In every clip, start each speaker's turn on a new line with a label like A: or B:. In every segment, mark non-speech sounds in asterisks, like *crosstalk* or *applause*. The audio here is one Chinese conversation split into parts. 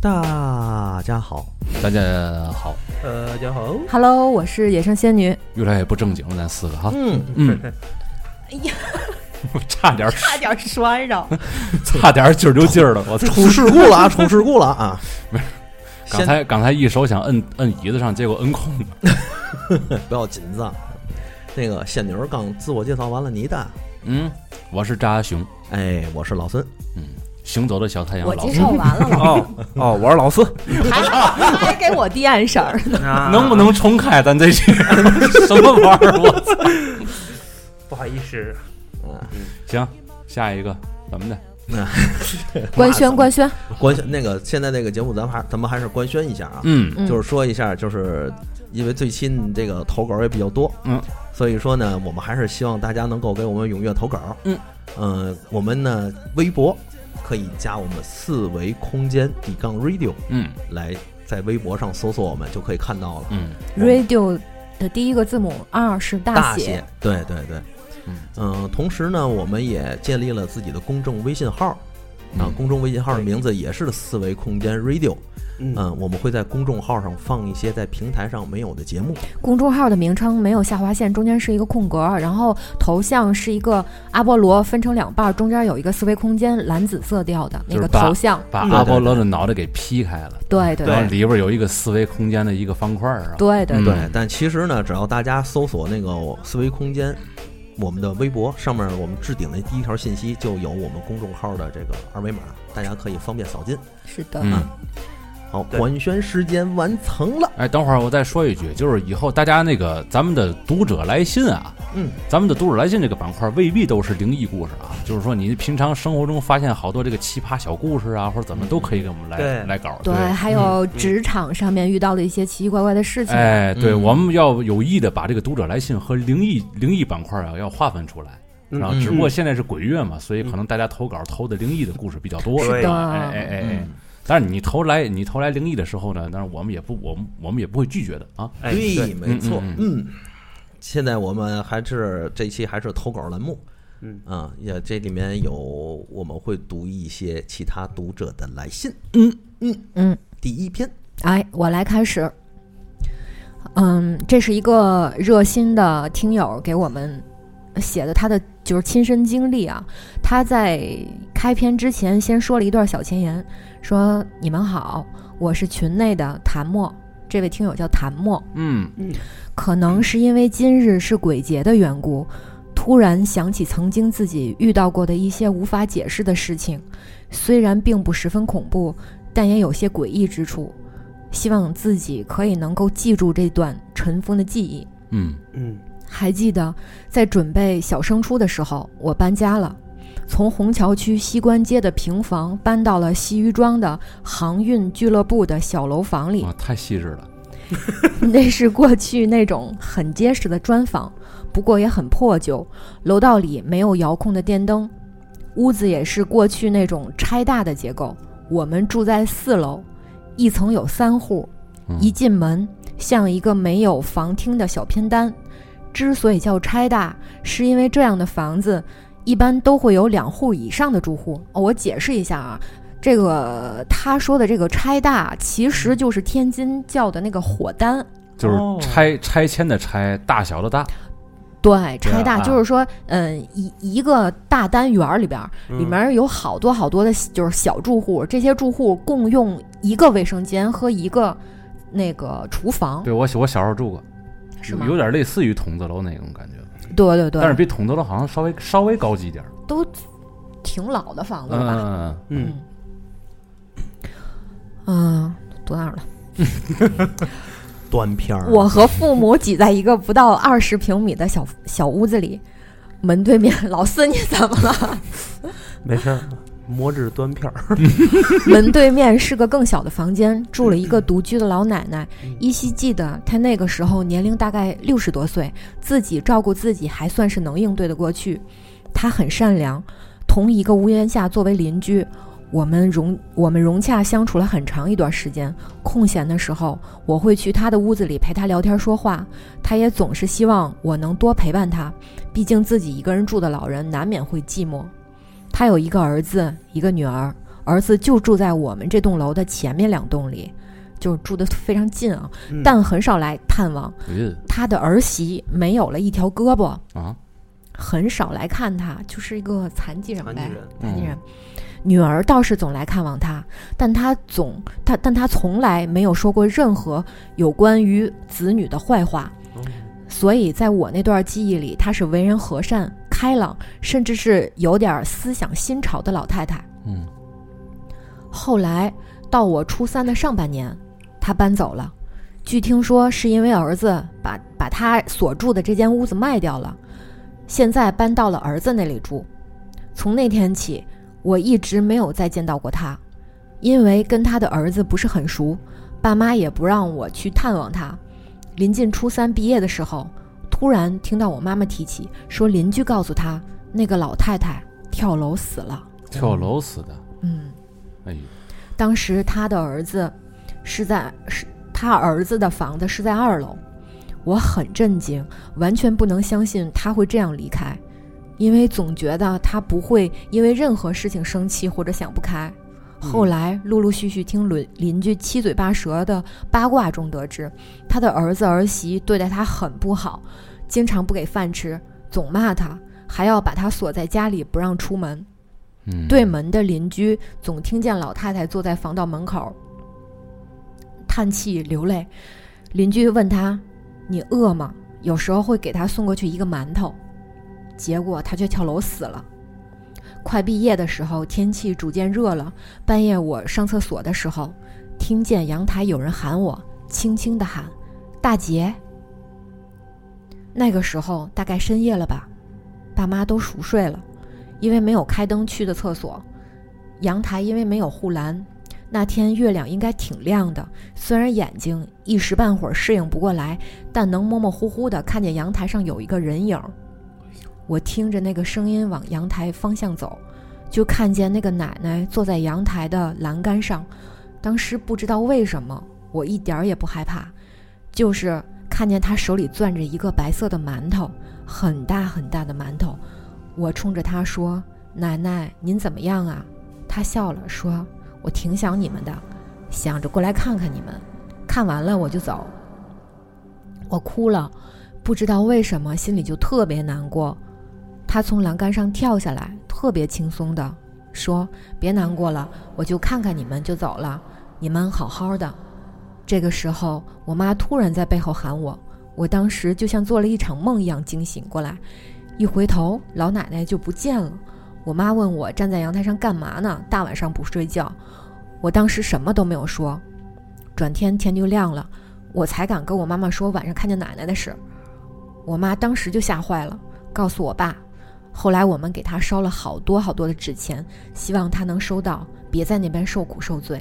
A: 大家好，
B: 大家好，
C: 呃，大家好，
D: Hello，我是野生仙女。
B: 越来越不正经了，咱四个哈，
A: 嗯，
B: 嗯，
D: 哎呀，
B: *laughs* 差点儿，
D: 差点拴上。
B: 差点儿劲儿就劲儿 *laughs* 了，我操！
A: 出事故 *laughs* 了啊，出事故了啊！
B: 刚才刚才一手想摁摁椅子上，结果摁空了。
A: 不要紧啊张，那个仙女儿刚自我介绍完了，你的，
B: 嗯，我是扎熊，
A: 哎，我是老孙，
B: 行走的小太阳
D: 我
B: 老
D: 介
B: 师，
D: 绍完了，
B: *laughs*
D: 老
C: 哦哦，我是老四，
D: 还还给我递暗色
B: *laughs*
D: 儿呢。
C: 啊
B: 能不能重开咱这 *laughs* 期？什么玩意儿？我操！
C: 不好意思，
B: 行，下一个怎么的？
D: 官宣，官宣，
A: 官宣那个现在这个节目，咱们还咱们还是官宣一下啊，
B: 嗯
D: 嗯
A: 就是说一下，就是因为最近这个投稿也比较多，
B: 嗯，
A: 所以说呢，我们还是希望大家能够给我们踊跃投稿，
B: 嗯，
A: 呃，我们呢微博可以加我们四维空间底杠 radio
B: 嗯
A: 来在微博上搜索我们就可以看到了。
B: 嗯
D: Radio 的第一个字母 R 是
A: 大
D: 写，，
A: 对对对，
B: 嗯
A: 呃同时呢，我们也建立了自己的公众微信号，啊、
B: 嗯
A: 公众微信号的名字也是四维空间 radio，
C: 嗯
A: 嗯、我们会在公众号上放一些在平台上没有的节目，
D: 公众号的名称没有下划线，中间是一个空格，然后头像是一个阿波罗分成两半，中间有一个四维空间，蓝紫色调的那
B: 就
D: 个
B: 是把
D: 头像。
B: 把
A: 嗯
B: 阿波罗的脑袋给劈开了，
D: 对对
B: 然后里边有一个四维空间的一个方块儿啊。
D: 对对
B: 嗯
A: 对，但其实呢，只要大家搜索那个四维空间。我们的微博上面，我们置顶的第一条信息就有我们公众号的这个二维码，大家可以方便扫进。
D: 是的。
B: 嗯，
A: 好，
C: 对
A: 官宣时间完成了。
B: 哎，等会儿我再说一句，就是以后大家那个咱们的读者来信啊，
A: 嗯，
B: 咱们的读者来信这个板块未必都是灵异故事啊，就是说你平常生活中发现好多这个奇葩小故事啊，或者怎么都可以给我们来、
C: 对
B: 来搞。
D: 对，还有职场上面遇到的一些奇奇怪怪的事情，
B: 嗯哎，对，
A: 嗯
B: 我们要有意的把这个读者来信和灵异灵异板块啊要划分出来。
C: 嗯
B: 然后，只不过现在是鬼月嘛，所以可能大家投稿投的灵异的故事比较多。
C: 是嗯
B: 哎
C: 的
D: 嗯
B: 哎哎哎哎，但是你投来你投来灵异的时候呢，但是我们也不我们我们也不会拒绝的啊。
C: 哎
A: 对，
C: 对，
A: 没错，
B: 嗯
A: 嗯。现在我们还是这期还是投稿栏目，
C: 嗯
A: 啊，也这里面有我们会读一些其他读者的来信。
D: 嗯，
A: 第一篇，
D: 哎，我来开始。嗯，这是一个热心的听友给我们写的他的就是亲身经历啊。他在开篇之前先说了一段小前言，说：“你们好，我是群内的谭默。”这位听友叫谭默，
B: 嗯
D: 可能是因为今日是鬼节的缘故，突然想起曾经自己遇到过的一些无法解释的事情，虽然并不十分恐怖，但也有些诡异之处。希望自己可以能够记住这段尘封的记忆。
B: 嗯
C: 嗯
D: 还记得在准备小升初的时候，我搬家了，从虹桥区西关街的平房搬到了西渔庄的航运俱乐部的小楼房里。
B: 哇，啊太细致了。
D: *laughs* 那是过去那种很结实的砖房，不过也很破旧。楼道里没有遥控的电灯，屋子也是过去那种拆大的结构。我们住在四楼，一层有三户。
B: 嗯
D: 一进门，像一个没有房厅的小偏单。之所以叫拆大，是因为这样的房子一般都会有两户以上的住户。哦我解释一下啊，这个他说的这个拆大，其实就是天津叫的那个火单。
B: 就是
C: 哦
B: 拆拆迁的拆，大小的
D: 哦
B: 大，
D: 对，拆大
B: 啊
D: 就是说，嗯，一一个大单元儿里边儿，
B: 嗯
D: 里面有好多好多的，就是小住户，这些住户共用一个卫生间和一个那个厨房，
B: 对我小我小时候住过，
D: 是
B: 有
D: 吗？
B: 有点类似于筒子楼那种感觉，
D: 对对
B: 但是
D: 对，
B: 比筒子楼好像稍微稍微高级一点儿。
D: 都挺老的房子了吧？
B: 嗯，
C: 嗯
D: 嗯，读哪儿了？
A: 短篇
B: 嗯
A: 儿，
D: 我和父母挤在一个不到二十平米的小小屋子里，门对面，老四你怎么了？
C: 没事儿，磨制端片儿，
D: *laughs* 门对面是个更小的房间，住了一个独居的老奶奶。依稀记得她那个时候年龄大概六十多岁，自己照顾自己还算是能应对的过去。她很善良，同一个屋檐下作为邻居，我们融我们融洽相处了很长一段时间。空闲的时候，我会去她的屋子里陪她聊天说话，她也总是希望我能多陪伴她，毕竟自己一个人住的老人难免会寂寞。她有一个儿子，一个女儿。儿子就住在我们这栋楼的前面两栋里，就是住的非常近啊，
C: 嗯
D: 但很少来探望。
B: 嗯
D: 他的儿媳没有了一条胳膊，
B: 啊，
D: 很少来看他，就是一个残疾人
C: 残疾
D: 呗。
C: 人，
D: 残疾
B: 嗯
D: 人，女儿倒是总来看望他，但他总他但他从来没有说过任何有关于子女的坏话，
C: 嗯
D: 所以在我那段记忆里，她是为人和善、开朗，甚至是有点思想新潮的老太太。
B: 嗯，
D: 后来到我初三的上半年，她搬走了。据听说是因为儿子把把她所住的这间屋子卖掉了，现在搬到了儿子那里住。从那天起，我一直没有再见到过她，因为跟她的儿子不是很熟，爸妈也不让我去探望她。临近初三毕业的时候，突然听到我妈妈提起，说邻居告诉她那个老太太跳楼死了。
B: 跳楼死的，
D: 哦嗯。
B: 哎呦，
D: 当时他的儿子是在是他儿子的房子是在二楼，我很震惊，完全不能相信他会这样离开，因为总觉得他不会因为任何事情生气或者想不开。后来陆陆续续听邻邻居七嘴八舌的八卦中得知，他的儿子儿媳对待他很不好，经常不给饭吃，总骂他，还要把他锁在家里不让出门。
B: 嗯，
D: 对门的邻居总听见老太太坐在防盗门口叹气流泪。邻居问她：“你饿吗？”有时候会给她送过去一个馒头，结果她却跳楼死了。快毕业的时候，天气逐渐热了，半夜我上厕所的时候，听见阳台有人喊我，轻轻的喊：“大姐。”那个时候大概深夜了吧，爸妈都熟睡了。因为没有开灯去的厕所，阳台因为没有护栏。那天月亮应该挺亮的，虽然眼睛一时半会儿适应不过来，但能模模糊糊的看见阳台上有一个人影儿。我听着那个声音往阳台方向走，就看见那个奶奶坐在阳台的栏杆上。当时不知道为什么，我一点儿也不害怕，就是看见她手里攥着一个白色的馒头，很大很大的馒头。我冲着他说：“奶奶，您怎么样啊？”他笑了，说：“我挺想你们的，想着过来看看你们，看完了我就走。”我哭了，不知道为什么心里就特别难过。他从栏杆上跳下来，特别轻松的说：“别难过了，我就看看你们就走了，你们好好的。”这个时候，我妈突然在背后喊我，我当时就像做了一场梦一样惊醒过来。一回头，老奶奶就不见了。我妈问我站在阳台上干嘛呢？大晚上不睡觉。我当时什么都没有说。转天天就亮了，我才敢跟我妈妈说晚上看见奶奶的事。我妈当时就吓坏了，告诉我爸。后来我们给她烧了好多好多的纸钱，希望她能收到，别在那边受苦受罪。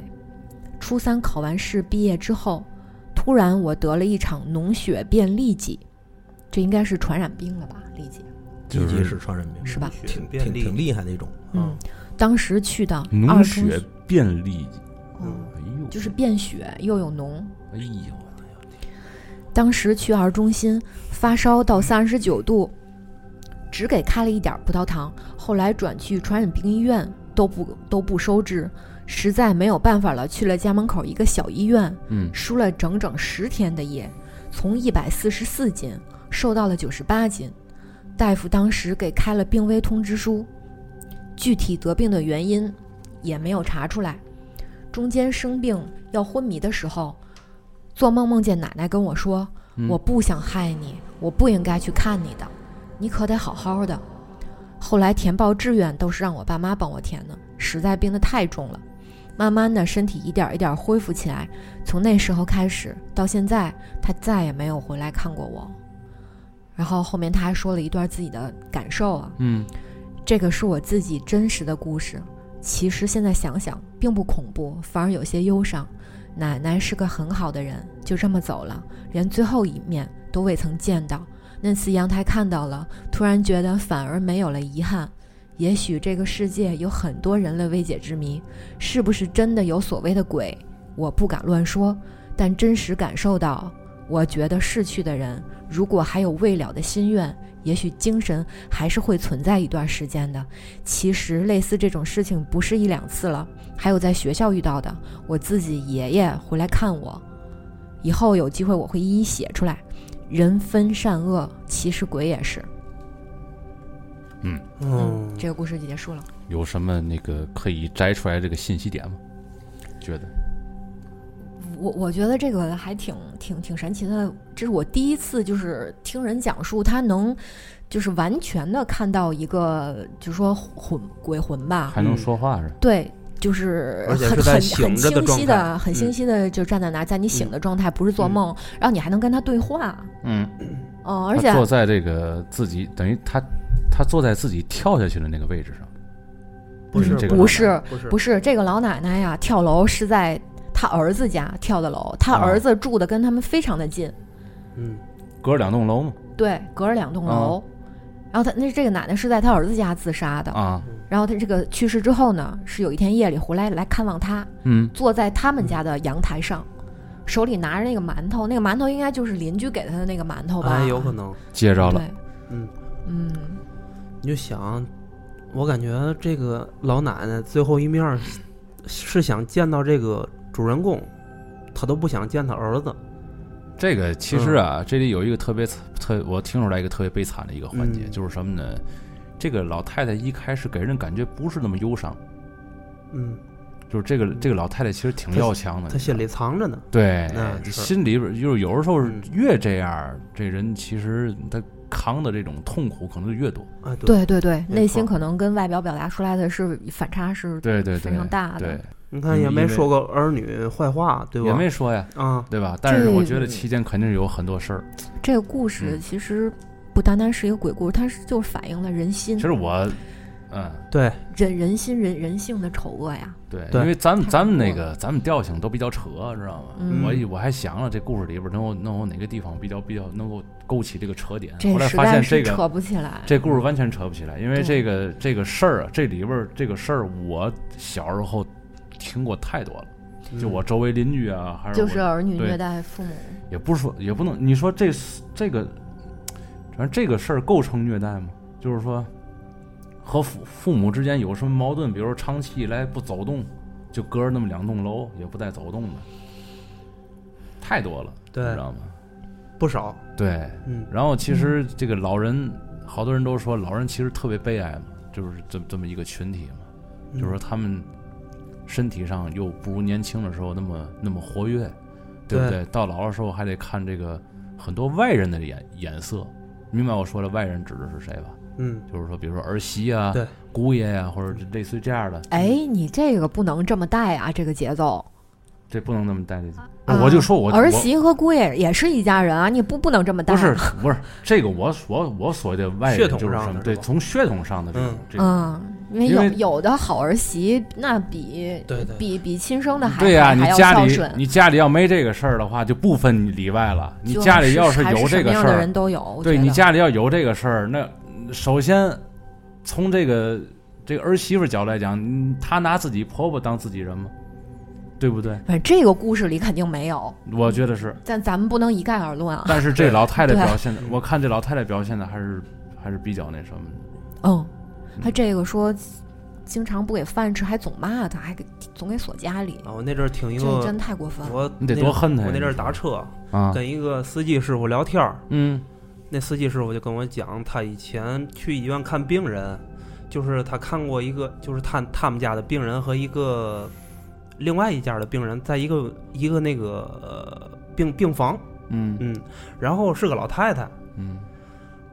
D: 初三考完试毕业之后，突然我得了一场脓血变痢疾，这应该是传染病了吧？痢疾。
A: 一
B: 就是
A: 级是传染病，
D: 是吧
A: 挺
C: 嗯便
A: 挺
C: 利
A: 挺厉害的一种。
D: 嗯，当时去的
B: 脓
D: 二中
B: 血
D: 学，
B: 便利，
D: 嗯，
B: 哎呦，
D: 就是便血又有脓。
B: 哎呦，
D: 当时去二中心发烧到三十九度，只给开了一点儿葡萄糖，后来转去传染病医院都不都不收治，实在没有办法了，去了家门口一个小医院，
B: 嗯，
D: 输了整整十天的液，从一百四十四斤瘦到了九十八斤。大夫当时给开了病危通知书，具体得病的原因也没有查出来。中间生病要昏迷的时候，做梦梦见奶奶跟我说：“
B: 嗯
D: 我不想害你，我不应该去看你的，你可得好好的。”后来填报志愿都是让我爸妈帮我填的，实在病得太重了。慢慢的，身体一点儿一点儿恢复起来，从那时候开始到现在，他再也没有回来看过我。然后后面他还说了一段自己的感受啊，
B: 嗯，
D: 这个是我自己真实的故事。其实现在想想，并不恐怖，反而有些忧伤。奶奶是个很好的人，就这么走了，连最后一面都未曾见到。那次阳台看到了，突然觉得反而没有了遗憾。也许这个世界有很多人类未解之谜，是不是真的有所谓的鬼？我不敢乱说，但真实感受到我觉得逝去的人如果还有未了的心愿，也许精神还是会存在一段时间的。其实类似这种事情不是一两次了，还有在学校遇到的，我自己爷爷回来看我，以后有机会我会一一写出来。人分善恶，其实鬼也是。
C: 嗯，
D: 这个故事就结束了。
B: 有什么那个可以摘出来这个信息点吗？觉得
D: 我我觉得这个还挺挺挺神奇的，这是我第一次就是听人讲述，他能就是完全的看到一个，就说魂鬼魂吧，
B: 还能说话是吧？
D: 对，就是
C: 而
D: 很
C: 且
D: 很
C: 是在
D: 很
C: 醒着的
D: 清晰
C: 状态嗯
D: 的、很清晰的就站在那儿，在你醒的状态，不是做梦，然后你还能跟他对话，
B: 嗯，
D: 嗯，而
B: 他
D: 且
B: 坐在这个自己等于他他坐在自己跳下去的那个位置上，
C: 不是
B: 嗯这个
D: 不是
C: 不是
D: 不是这个老奶奶呀，跳楼是在她儿子家跳的楼，她
B: 啊
D: 儿子住的跟他们非常的近，
C: 嗯，
B: 隔着两栋楼嘛
D: 对，隔着两栋楼。
C: 啊
D: 然后她那这个奶奶是在她儿子家自杀的，
B: 啊，
D: 然后她这个去世之后呢，是有一天夜里回来来看望她，
B: 嗯
D: 坐在他们家的阳台上，手里拿着那个馒头，那个馒头应该就是邻居给她的那个馒头吧？
C: 哎，有可能。
B: 接着了，
D: 对，
C: 嗯
D: 嗯，
C: 你就想，我感觉这个老奶奶最后一面儿是想见到这个主人公，她都不想见她儿子。
B: 这个其实啊，这里有一个特别惨特，我听出来一个特别悲惨的一个环节，
C: 嗯
B: 就是什么呢？这个老太太一开始给人感觉不是那么忧伤，
C: 嗯，
B: 就是这个这个老太太其实挺
C: 她
B: 要强的，
C: 她心里藏着呢。
B: 对
C: 嗯，是
B: 心里边儿就是有时候
C: 嗯
B: 越这样儿，这人其实他扛的这种痛苦可能就越多。
C: 哎，，
D: 对对对，
C: 没
D: 内心
C: 错
D: 可能跟外表表达出来的是反差是
B: 对对对，
D: 非常大的。
B: 对，
C: 你看也没说过儿女坏话，对吧？
B: 也没说呀，
C: 啊，
B: 对吧？但是我觉得
D: 这
B: 期间肯定有很多事儿。
D: 这个故事
B: 嗯
D: 其实不单单是一个鬼故事，它是就是反映了人心，
B: 其实我，嗯，
C: 对，
D: 人人心人人性的丑恶呀。
B: 对，
C: 对
B: 因为咱们
D: 太
B: 咱们那
D: 多了
B: 个咱们调性都比较扯，知道吗？
D: 嗯
B: 我我还想了这故事里边儿能有能有哪个地方比较比较能够勾起这个扯点，
D: 这
B: 后来
D: 实
B: 发
D: 在
B: 现
D: 是
B: 这个
D: 扯不起来。
B: 这故事完全扯不起来，因为
D: 对
B: 这个这个事儿啊，这里边儿这个事儿，我小时候听过太多了。就我周围邻居啊，还是
D: 嗯就
B: 我
D: 是儿女
B: 对嗯
D: 虐待父母，
B: 也不是说也不能，你说这这个，反正这个事儿构成虐待吗？就是说，和父父母之间有什么矛盾，比如说长期以来不走动，就隔着那么两栋楼也不带走动的，太多了，
C: 对
B: 你知道吗？
C: 不少，
B: 对，
C: 嗯，
B: 然后其实这个老人，好多人都说老人其实特别悲哀嘛，就是这这么一个群体嘛，
C: 嗯
B: 就是说他们身体上又不如年轻的时候那么那么活跃，对不
C: 对
B: 对？到老的时候还得看这个很多外人的眼眼色，明白我说的外人指的是谁吧？
C: 嗯，
B: 就是说，比如说儿媳啊
C: 对、
B: 姑爷呀、或者类似于这样的，
D: 哎，你这个不能这么带啊，这个节奏。
B: 这不能那么带进去。
D: 啊
B: 我就说我
D: 儿
B: 我
D: 媳和姑爷也是一家人啊，你不不能这么带。
B: 不是，不是这个我我我所谓的外
C: 血
B: 人
C: 统
B: 就是
C: 上
B: 什么？
C: 的
B: 对，
C: 是吧
B: 从血统上的这种
C: 嗯
B: 这种。
D: 嗯，因为
B: 因
D: 有
B: 为
D: 有的好儿媳那比
C: 对对，
D: 比比亲生的还
B: 对呀、
D: 还
B: 你
D: 还要
B: 家
D: 孝
B: 里
D: 顺。
B: 你家里要没这个事儿的话，就不分你里外了。你
D: 就
B: 家里要
D: 还
B: 有
D: 什
B: 这
D: 么
B: 个
D: 样
B: 事
D: 的
B: 儿
D: 人，都有，我
B: 对
D: 觉
B: 你
D: 得
B: 家里要有这个事儿，那首先从这个这个儿媳妇角度来讲，嗯她拿自己婆婆当自己人吗？对不对？
D: 反正这个故事里肯定没有，
B: 我觉得是。
D: 但咱们不能一概而论啊。
B: 但是这老太太
D: 嗯对
B: 表现的，我看这老太太表现的还是还是比较那什么的。
D: 嗯，他
B: 嗯
D: 这个说经常不给饭吃，还总骂他，还给总给锁家里，
C: 啊，我那阵儿听一
D: 这真
C: 个，
D: 太过分了。
C: 我
B: 你得
C: 那
B: 多恨她呀
C: 我那阵儿
B: 你说
C: 打车，
B: 啊，
C: 跟一个司机师傅聊天儿，
B: 嗯，
C: 那司机师傅就跟我讲，他以前去医院看病人，就是他看过一个，就是他他们家的病人和一个另外一家的病人，在一个一个那个、呃、病病房，
B: 嗯
C: 嗯，然后是个老太太，
B: 嗯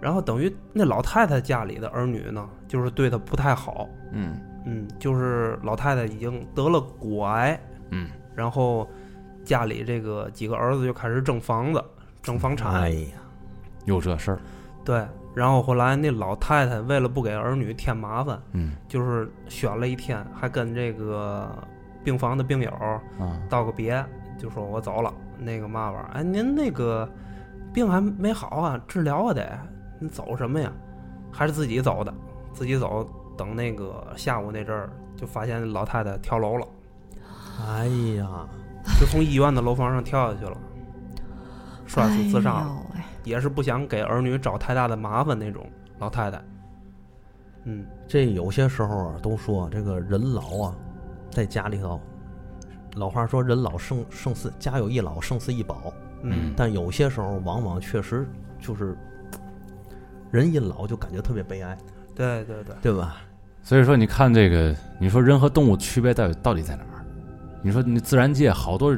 C: 然后等于那老太太家里的儿女呢，就是对她不太好，
B: 嗯
C: 嗯，就是老太太已经得了骨癌，
B: 嗯，
C: 然后家里这个几个儿子就开始争房子，争房产，
A: 哎呀，
B: 有这事儿，
C: 对，然后后来那老太太为了不给儿女添麻烦，
B: 嗯
C: 就是选了一天，还跟这个病房的病友
B: 啊，
C: 道个别，就说我走了，那个嘛玩意儿，哎，您那个病还没好啊，治疗啊得，您走什么呀？还是自己走的，自己走，等那个下午那阵儿就发现老太太跳楼了，
A: 哎呀，
C: 就从医院的楼房上跳下去了。摔死自杀
D: 哎
C: 了，
D: 呦喂
C: 也是不想给儿女找太大的麻烦那种老太太。嗯，
A: 这有些时候啊，都说这个人老啊，在家里头，老话说人老胜胜似家有一老胜似一宝，
C: 嗯，
A: 但有些时候往往确实就是人一老就感觉特别悲哀，
C: 对对对，
A: 对吧？
B: 所以说，你看这个，你说人和动物区别在到底在哪儿？你说你自然界好多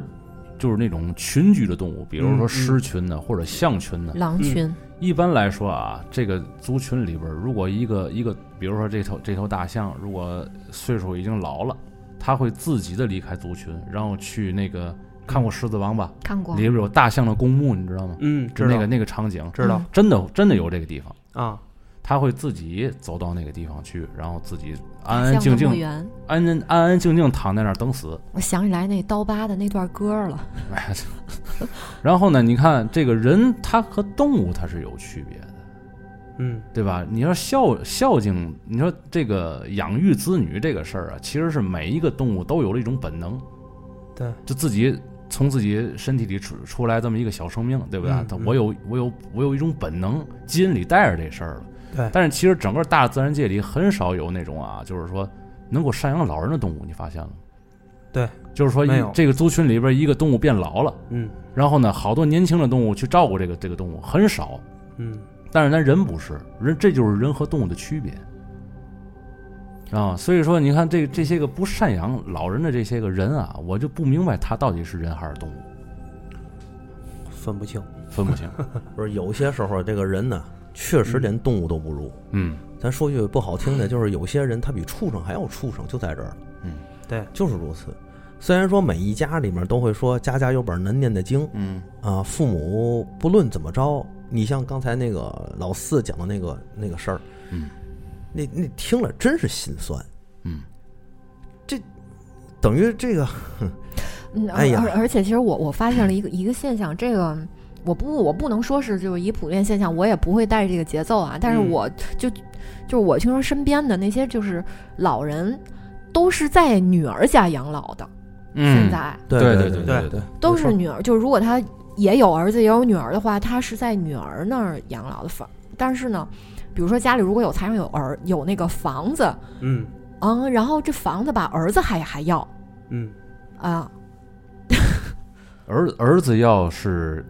B: 就是那种群居的动物，比如
C: 嗯
B: 说
C: 嗯
B: 狮群呢、或者象群呢。
D: 狼群，
B: 一般来说啊，这个族群里边儿，如果一个一个，比如说这头这头大象，如果岁数已经老了，它会自己的离开族群，然后去那个看过《狮子王》吧？
D: 看过
B: 里边有大象的公墓，你知道吗？
C: 嗯，
B: 就
C: 知
B: 那
C: 道
B: 个那个场景，
C: 知道
D: 嗯
B: 真的真的有这个地方，
C: 啊，
B: 它会自己走到那个地方去，然后自己
D: 大
B: 安安
D: 象
B: 静
D: 的墓
B: 静
D: 园。
B: 安安安安静静躺在那儿等死。 *laughs*
D: 我想起来那刀疤的那段歌了，
B: 哎这然后呢，你看这个人，他和动物它是有区别的，
C: 嗯
B: 对吧？你要孝孝敬，你说这个养育子女这个事儿啊，其实是每一个动物都有了一种本能，
C: 对，
B: 就自己从自己身体里出出来这么一个小生命，对不对？
C: 嗯
B: 它
C: 嗯
B: 我有我有我有一种本能，基因里带着这事儿了。
C: 对
B: 但是其实整个大自然界里很少有那种啊，就是说能够赡养老人的动物，你发现了吗？
C: 对，
B: 就是说一
C: 没有
B: 这个族群里边一个动物变老了，
C: 嗯
B: 然后呢，好多年轻的动物去照顾这个这个动物很少，
C: 嗯，
B: 但是咱人不是人，这就是人和动物的区别。啊，所以说你看这这些个不赡养老人的这些个人啊，我就不明白他到底是人还是动物，
C: 分不清，
B: 分 *laughs* 不清。
A: 不是有些时候这个人呢，确实连动物都不如。
B: 嗯，
A: 咱说句不好听的，就是有些人他比畜生还要畜生，就在这儿。
B: 嗯，
C: 对，
A: 就是如此。虽然说每一家里面都会说家家有本难念的经，
B: 嗯，
A: 啊，父母不论怎么着，你像刚才那个老四讲的那个那个事儿，
B: 嗯，
A: 那那听了真是心酸，
B: 嗯，
A: 这等于这个，
D: 嗯，而
A: 哎呀
D: 而而且其实我我发现了一个一个现象，这个我不我不能说是就是一普遍现象，我也不会带着这个节奏啊，但是
C: 嗯
D: 我就、就是我听说身边的那些就是老人。都是在女儿家养老的，
B: 嗯
D: 现在
A: 对
B: 对
A: 对
B: 对
A: 对
C: 对
A: 对，
D: 都
A: 没错
D: 是女儿。就是如果他也有儿子也有女儿的话，他是在女儿那儿养老的房。但是呢，比如说家里如果有财产有儿有那个房子，
C: 嗯
D: 嗯，然后这房子吧儿子还还要
C: 嗯
D: 啊，
B: 儿儿子要是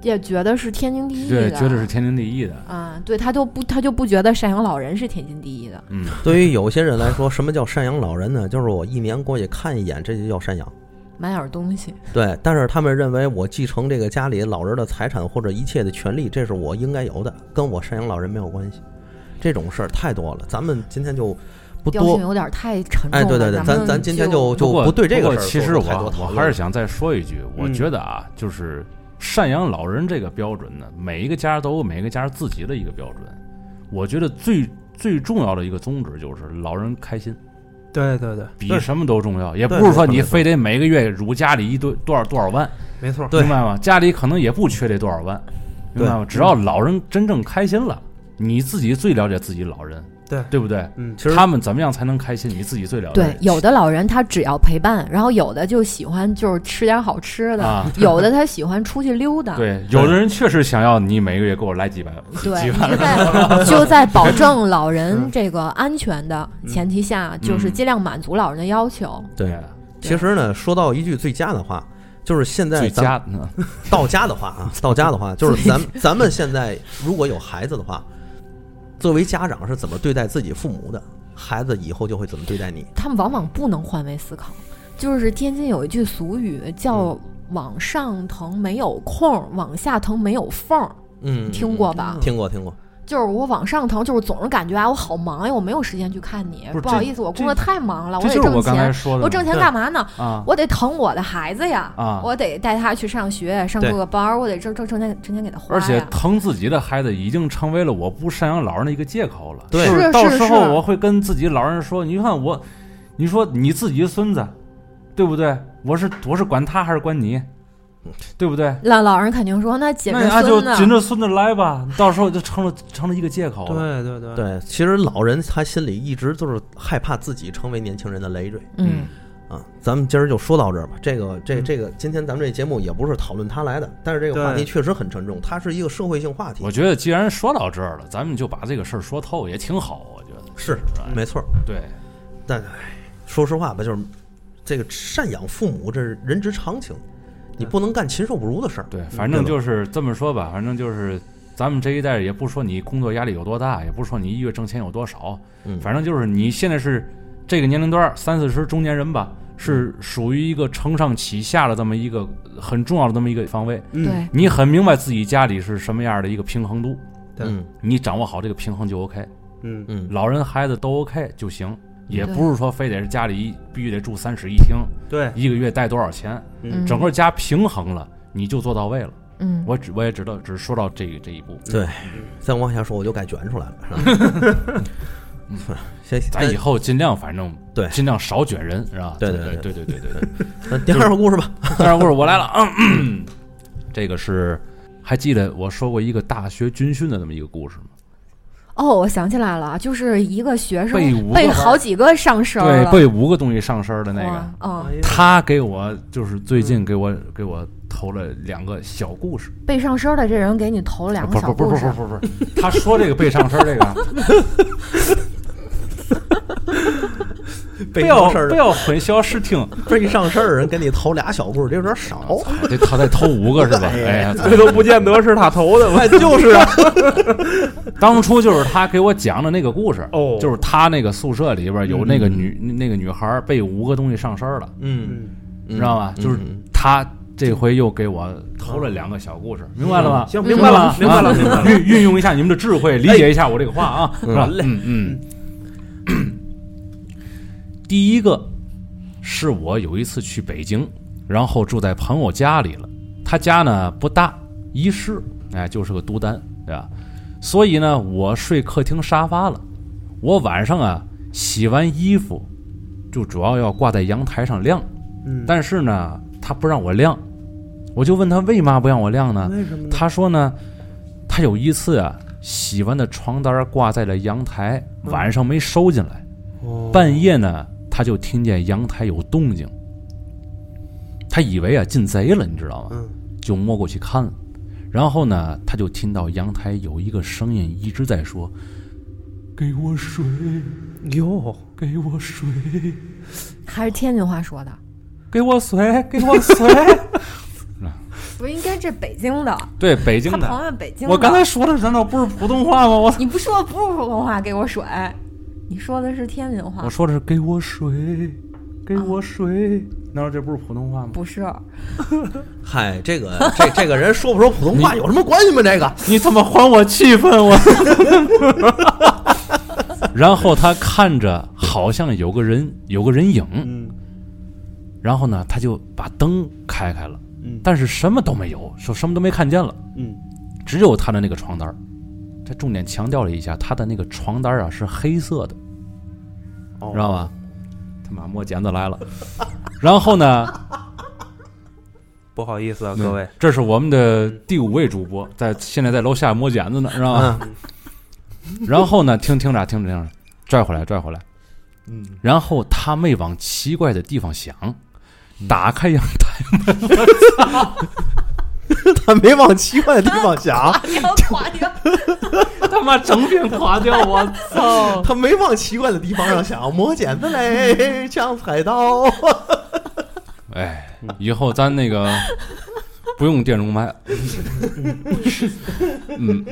D: 也觉得是天经地义
B: 对，
D: 的，
B: 绝对是天经地义的。
D: 啊，对他就不他就不觉得赡养老人是天经地义的，
B: 嗯，
A: 对于有些人来说，什么叫赡养老人呢？就是我一年过去看一眼，这就叫赡养。
D: 买点东西，
A: 对，但是他们认为我继承这个家里老人的财产或者一切的权利，这是我应该有的，跟我赡养老人没有关系。这种事儿太多了，咱们今天就不
D: 调性
A: 多。
D: 有点太沉重了。
A: 哎，对对对，咱
D: 们
A: 咱今天就
B: 不
A: 就
B: 过
A: 不对这
B: 不
A: 个事
B: 过
A: 儿
B: 其实
A: 做
B: 我
A: 太多讨
B: 我
A: 论
B: 还是想再说一句，我
C: 嗯
B: 觉得啊，就是赡养老人这个标准呢，每一个家都有每一个家自己的一个标准。我觉得最最重要的一个宗旨就是老人开心，
C: 对对对，
B: 比
C: 对
B: 什么都重要。也
A: 对
B: 不是
A: 没错
B: 说你
A: 没错
B: 非得每个月如家里一多多少多少万，
C: 没错，
A: 对
B: 明白吗？家里可能也不缺这多少万，明白吗？只要老人真正开心了，你自己最了解自己老人，
C: 对
B: 对不对？
C: 嗯
A: 其实
B: 他们怎么样才能开心？你自己最了解。
D: 对有的老人他只要陪伴，然后有的就喜欢就是吃点好吃的，
B: 啊，
D: 有的他喜欢出去溜达，
B: *laughs* 对，有的人确实想要你每个月给我来几百，
D: 对，
B: 几
D: 你
B: 万
D: 就在就在保证老人这个安全的前提下，就是
B: 嗯
D: 尽量满足老人的要求。
B: 哎
A: 对，其实呢，说到一句最佳的话，就是现在
B: 最
A: 咱们
B: 佳嗯呢，
A: 道家的话 *laughs* 啊，道家的话就是 *laughs* 咱咱们现在如果有孩子的话，作为家长是怎么对待自己父母的，孩子以后就会怎么对待你。
D: 他们往往不能换位思考。就是天津有一句俗语
B: 嗯
D: 叫“往上腾没有空，往下腾没有缝儿
A: 嗯，”，
D: 听过吧？
A: 听过听过，
D: 就是我往上腾，就是总是感觉啊，我好忙呀，我没有时间去看你
B: 不。是
D: 不好
B: 这
D: 意思，我
B: 这
D: 工作太忙
A: 啊
D: 了，
B: 这
D: 得
B: 就是我
D: 挣
B: 刚才
D: 钱。
B: 说的嘛，
D: 啊我挣钱
A: 对
D: 干嘛呢？
B: 啊，
D: 我得疼我的孩子呀，
B: 啊
D: 我得带他去上学，上
A: 对
D: 各个班儿，我得挣挣挣钱，挣钱给他哎花呀。
B: 而且疼自己的孩子已经成为了我不赡养老人的一个借口了。
A: 对
B: 就是
D: 是
B: 到
D: 是
B: 时候
D: 是
B: 我会跟自己老人说：“你看我，你说你自己孙子，对不对？我是我是管他还是管你，对不对？
D: 老老人肯定说，那紧
B: 那
D: 着
B: 俺就
D: 孙子，啊
B: 紧着孙子来吧，到时候就成了成了一个借口了。
C: 对对对，
A: 对，其实老人他心里一直就是害怕自己成为年轻人的累赘，
D: 嗯，
A: 啊，咱们今儿就说到这儿吧。这个，这这个，今天咱们这节目也不是讨论他来的，但是这个话题
C: 对
A: 确实很沉重，它是一个社会性话题
B: 我。觉得既然说到这儿了，咱们就把这个事儿说透，也挺好。我觉得
A: 是，没错儿。
B: 对，
A: 但唉说实话吧，就是这个赡养父母，这是人之常情，你不能干禽兽不如的事儿。
B: 对，反正
A: 嗯对吧
B: 就是这么说吧，反正就是咱们这一代，也不说你工作压力有多大，也不说你一月挣钱有多少，
A: 嗯
B: 反正就是你现在是这个年龄段儿三四十中年人吧，是
A: 嗯
B: 属于一个承上启下的这么一个很重要的这么一个方位。
C: 嗯
D: 对，
B: 你很明白自己家里是什么样的一个平衡度，
C: 对
A: 嗯
B: 你掌握好这个平衡就 OK，
C: 嗯
A: 嗯，
B: 老人孩子都 OK 就行。也
D: 对
B: 不是说非得是家里必须得住三室一厅，
C: 嗯对，
B: 一个月带多少钱，
D: 嗯
B: 整个家平衡了，你就做到位了。
D: 嗯，
B: 我只我也知道，只是说到这一这一步，
A: 对，再往下说我就该卷出来了。是吧 *laughs* 行，
B: 咱以后尽量反正
A: 对
B: 尽量少卷人是吧？
A: 对
B: 对
A: 对
B: 对对对对对。
A: 咱第二个故事吧。
B: 第二个故事我
A: *laughs*
B: 来了，嗯嗯这个是还记得我说过一个大学军训的那么一个故事吗？
D: 哦，我想起来了，就是一个学生
B: 背五个
D: 背
B: 班儿
D: 好几个上身儿
B: 对，
D: 了，
B: 被五个东西上身儿的那
D: 哇
B: 个，
C: 哎
D: 哦，
B: 他给我就是最近给我给我投了两个小故事，
D: 被上身儿的这人给你投了两
B: 不
D: 个
B: 是
D: 小
B: 不
D: 故
B: 是不是
D: 事，啊
B: 不是不是，他说这个背上身儿
A: *laughs*
B: 这个
A: 被
B: 不
A: 上
B: 要
A: 事儿
B: 不
A: 的，
B: 要混淆视听，
A: 被上事儿的人给你投俩小故事，这有点少。
B: 啊这他再投五个是吧？哦 *laughs* 哎呀，
C: 这都不见得是他投的吧？
A: *laughs* 就是啊，
B: 当初就是他给我讲的那个故事，
C: 哦
B: 就是他那个宿舍里边有那个女、那个女孩被五个东西上身了，
A: 嗯，
C: 嗯，
B: 你知道吧？
A: 嗯
B: 就是他这回又给我偷了两个小故事，明白了吗？
C: 嗯行明白了
B: 明白
C: 明白了明白
B: 啊
C: 了哎
B: 运运用一下你们的智慧，理解一下我这个话啊，是吧？嗯嗯。 *clears throat* 第一个是我有一次去北京，然后住在朋友家里了。他家呢不大，一室，哎，就是个独单，对吧？所以呢，我睡客厅沙发了。我晚上啊洗完衣服，就主要要挂在阳台上晾。
C: 嗯
B: 但是呢，他不让我晾，我就问他为嘛不让我晾呢？
C: 为什么呢？
B: 他说呢，他有一次啊洗完的床单挂在了阳台，晚上没收进来。
C: 嗯哦
B: 半夜呢，他就听见阳台有动静，他以为啊进贼了，你知道吗？
C: 嗯
B: 就摸过去看了。然后呢，他就听到阳台有一个声音一直在说：“给我水，
C: 哟，
B: 给我水，
D: 还是天津话说的，
B: 给我水，给我 *laughs* 水。
D: 不是应该这北京的，”
B: 对，北京
D: 他
B: 的。
D: 朋友北京的，
B: 我刚才说的难道不是普通话吗？我
D: 你不说不是普通话给我水，你说的是天津话
B: 我，说的是给我水，给我水，
D: 啊
B: 难道这不是普通话吗？
D: 不是，
A: 嗨，这个这这个人说不说普通话有什么关系吗？这个
B: 你怎么还我气氛？我。 *laughs* 然后他看着好像有个人有个人影，
C: 嗯
B: 然后呢，他就把灯开开了，
C: 嗯
B: 但是什么都没有，说什么都没看见了，
C: 嗯，
B: 只有他的那个床单儿。他重点强调了一下，他的那个床单儿啊是黑色的，
C: 哦
B: 知道吧？他妈磨剪子来了。 *laughs* 然后呢，
C: 不好意思啊，各位，
B: 这是我们的第五位主播，在现在在楼下磨剪子呢，知道吗？
C: 啊嗯
B: 然后呢，听听着啊听着听着，拽回来拽回来，
A: 嗯，
B: 然后他没往奇怪的地方想，
A: 嗯
B: 打开阳台，
A: 他没往奇怪的地方想，
D: 你要垮掉，
B: 他妈整片垮掉，
A: *laughs*
B: 我操！
A: 他没往奇怪的地方上想，磨剪子嘞，抢菜刀。 *laughs* 嗯
B: 哎，以后咱那个不用电容麦 *laughs* 了，嗯，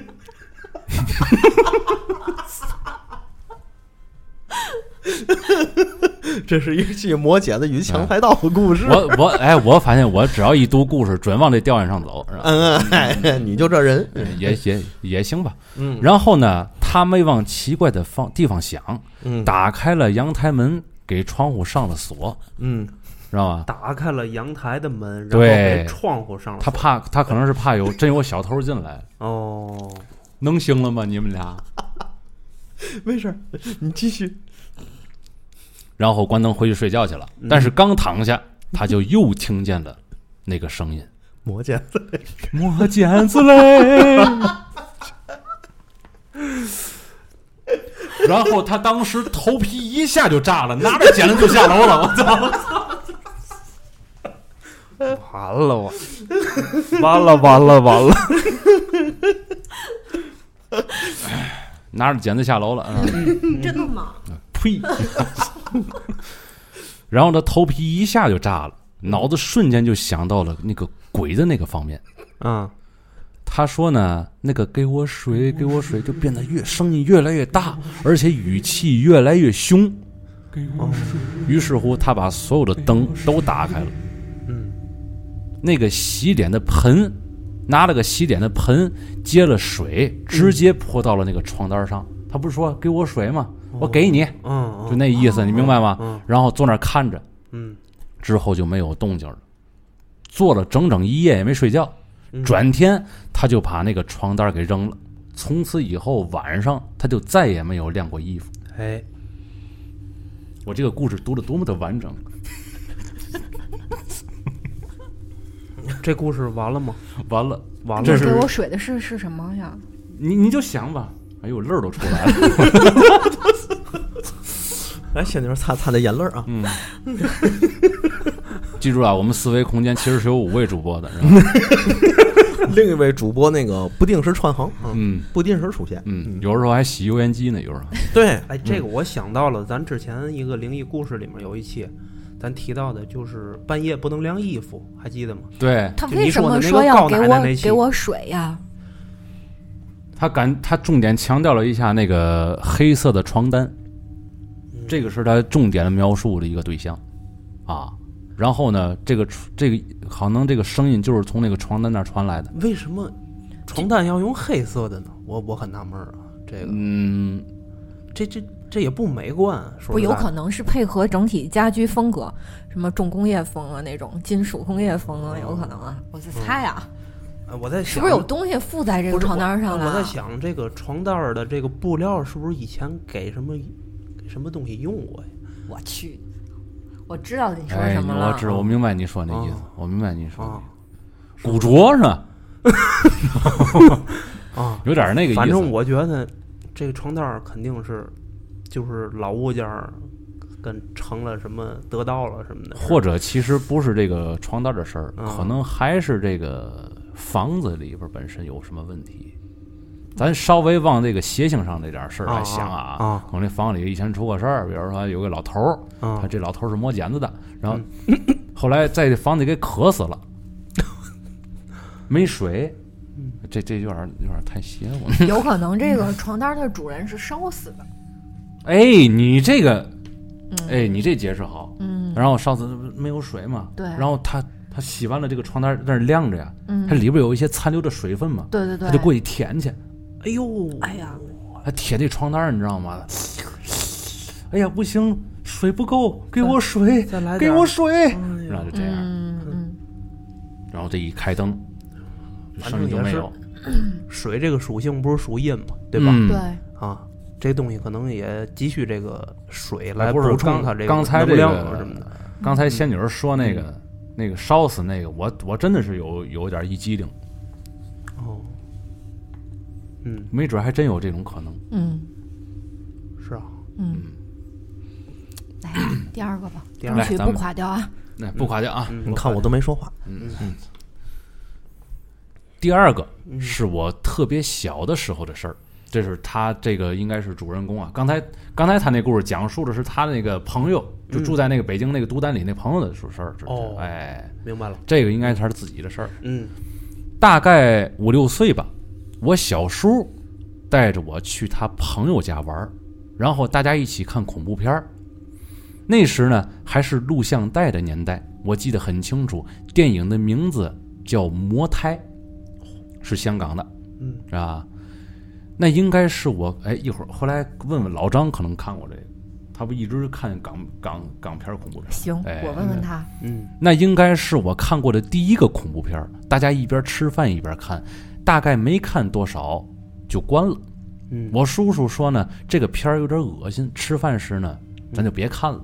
A: 这是一记磨剪子与抢菜刀的故事。
B: 我我哎，我发现我只要一读故事，准往这调性上走，是吧？
A: 嗯，哎你就这人，
B: 也也也行吧。
A: 嗯
B: 然后呢，他没往奇怪的方地方想，
A: 嗯
B: 打开了阳台门，给窗户上了锁，
A: 嗯
B: 知道吧？
C: 打开了阳台的门，然后
B: 对
C: 被窗户上了
B: 他
C: 锁，
B: 怕，他可能是怕有真有小偷进来，
C: 哦，
B: 能行了吗？你们俩？
A: 没事儿，你继续。
B: 然后关灯回去睡觉去了。但是刚躺下，他就又听见了那个声音
A: 磨剪子，：“
B: 磨剪子 *laughs* 嘞。”然后他当时头皮一下就炸了，拿着剪子就下楼了。我操！
C: *laughs* 完了我，完了完了完了， *laughs*
B: 拿着剪子下楼了，嗯，
D: *laughs* 真的吗？
B: 呸！ *laughs* 然后他头皮一下就炸了，脑子瞬间就想到了那个鬼的那个方面。
C: 啊，
B: 他说呢，那个给我水，给我水，就变得越声音越来越大，而且语气越来越凶。于是乎，他把所有的灯都打开了。
C: 嗯
B: 那个洗脸的盆，拿了个洗脸的盆接了水，直接泼到了那个床单上。他不是说给我水吗？我给你，
C: 嗯
B: 就那意思，你明白吗
C: 嗯？
B: 然后坐那儿看着，
C: 嗯
B: 之后就没有动静了，坐了整整一夜也没睡觉。
C: 嗯，
B: 转天他就把那个床单给扔了，从此以后晚上他就再也没有晾过衣服。
C: 哎，
B: 我这个故事读的多么的完整，
C: 这故事完了吗？
B: 完了，
C: 完了
B: 这，
D: 给
B: 是
D: 我水的是是什么呀？
B: 你你就想吧，哎呦，泪儿都出来
C: *laughs*
B: 了。
A: 来，仙女儿擦擦的眼泪儿啊，
B: 嗯，记住啊，我们四维空间其实是有五位主播的，是
C: *laughs*
B: 吧？
A: *laughs* 另一位主播那个不定时串行啊，
B: 嗯
A: 不定时出现，
B: 嗯，有时候还洗油烟机呢，有时候。
A: 对，
C: 哎，这个我想到了，咱之前一个灵异故事里面有一期，咱提到的就是半夜不能晾衣服，还记得吗？
B: 对
D: 他
C: 就
D: 为
C: 你
D: 什
C: 说
D: 么
C: 的那
D: 说
C: 个
D: 要
C: 告
D: 给
C: 奶奶
D: 我
C: 那期
D: 给我水呀？
B: 他感他重点强调了一下那个黑色的床单，
C: 嗯
B: 这个是他重点描述的一个对象啊。然后呢，这个这个可能这个声音就是从那个床单那儿传来的。
C: 为什么床单要用黑色的呢？我我很纳闷儿啊，这个
B: 嗯，
C: 这这这也不美观，说
D: 不，有
C: 实在
D: 可能是配合整体家居风格，什么重工业风啊那种，金属工业风啊，有可能啊。我在猜啊，
C: 呃我在
D: 是
C: 想
D: 不是有东西附在这个
C: 不是
D: 床单上啊
C: 我呃
D: 了？
C: 我在想这个床单儿的这个布料是不是以前给什么给什么东西用过呀？
D: 我去，我知道你说
B: 哎，
D: 什么了。哦
B: 我知道，我明白你说那意思，
C: 哦
B: 我明白你说
C: 啊
B: 那古着是
C: *laughs*
B: 吧？
C: 啊，
B: *laughs* 有点那个意思。
C: 反正我觉得这个床单儿肯定是就是老物件儿跟成了什么得到了什么的，
B: 或者其实不是这个床单的事儿，
C: 嗯
B: 可能还是这个房子里边本身有什么问题。咱稍微往这个邪性上这点事儿来想
C: 啊啊
B: 可能这房子里以前出过事儿，比如说有个老头儿，
C: 啊
B: 他这老头儿是磨剪子的，然后
C: 嗯
B: *clears throat* 后来在这房子里给渴死了，没水，
C: 嗯
B: 这这有点儿有点儿太邪乎了。
D: 有可能这个床单的主人是烧死的。
B: 哎，你这个，哎，你这解释好。
D: 嗯，
B: 然后上次不是没有水嘛，
D: 对
B: 然后他他洗完了这个床单儿在那儿晾着呀，
D: 嗯
B: 它里边有一些残留的水分嘛，
D: 对对对，
B: 他就过去舔去，
C: 哎呦，
D: 哎呀，
B: 他舔这床单儿，你知道吗？哎呀，不行，水不够，给我水，
C: 再来
B: 给
C: 点儿
B: 我水，然后就这样，
D: 嗯嗯，
B: 然后这一开灯，
C: 反
B: 声
C: 正
B: 音就
C: 也
B: 没
C: 是
B: 有，
C: 水这个属性不是属阴嘛，对吧？
B: 嗯
D: 对，
C: 啊，这东西可能也急需这个水来
B: 不是
C: 补
B: 刚
C: 充它这个
B: 刚才这
C: 能
B: 个
C: 量啊什么的。
B: 刚才仙女儿说那个、那个烧死那个，我我真的是有有点一激灵，
C: 哦，嗯，
B: 没准还真有这种可能。
D: 嗯
C: 是啊，
D: 嗯。来第二个吧，
C: 第二
D: 争
C: 个
D: 取
B: 咱
D: 不
B: 们
D: 垮掉啊！
B: 那不夸张啊，
C: 嗯
A: 你看我都没说话，
B: 第二个
C: 嗯
B: 是我特别小的时候的事儿，这是他这个应该是主人公啊。刚才刚才他那故事讲述的是他那个朋友，就住在那个北京那个都丹里那朋友的事儿。是不是
C: 嗯哦
B: 哎，
C: 明白了，
B: 这个应该是他自己的事儿。
C: 嗯
B: 大概五六岁吧，我小叔带着我去他朋友家玩儿，然后大家一起看恐怖片儿。那时呢，还是录像带的年代，我记得很清楚。电影的名字叫《魔胎》，是香港的。
C: 嗯
B: 是吧？那应该是我哎，一会儿后来问问老张，可能看过这个，他不一直看港港港片儿恐怖片
D: *laughs*
B: 儿。
D: 行，
B: 哎
D: 我问问他，
C: 嗯，
B: 那应该是我看过的第一个恐怖片儿，大家一边吃饭一边看，大概没看多少就关了。
C: 嗯
B: 我叔叔说呢，这个片儿有点恶心，吃饭时呢咱就别看了。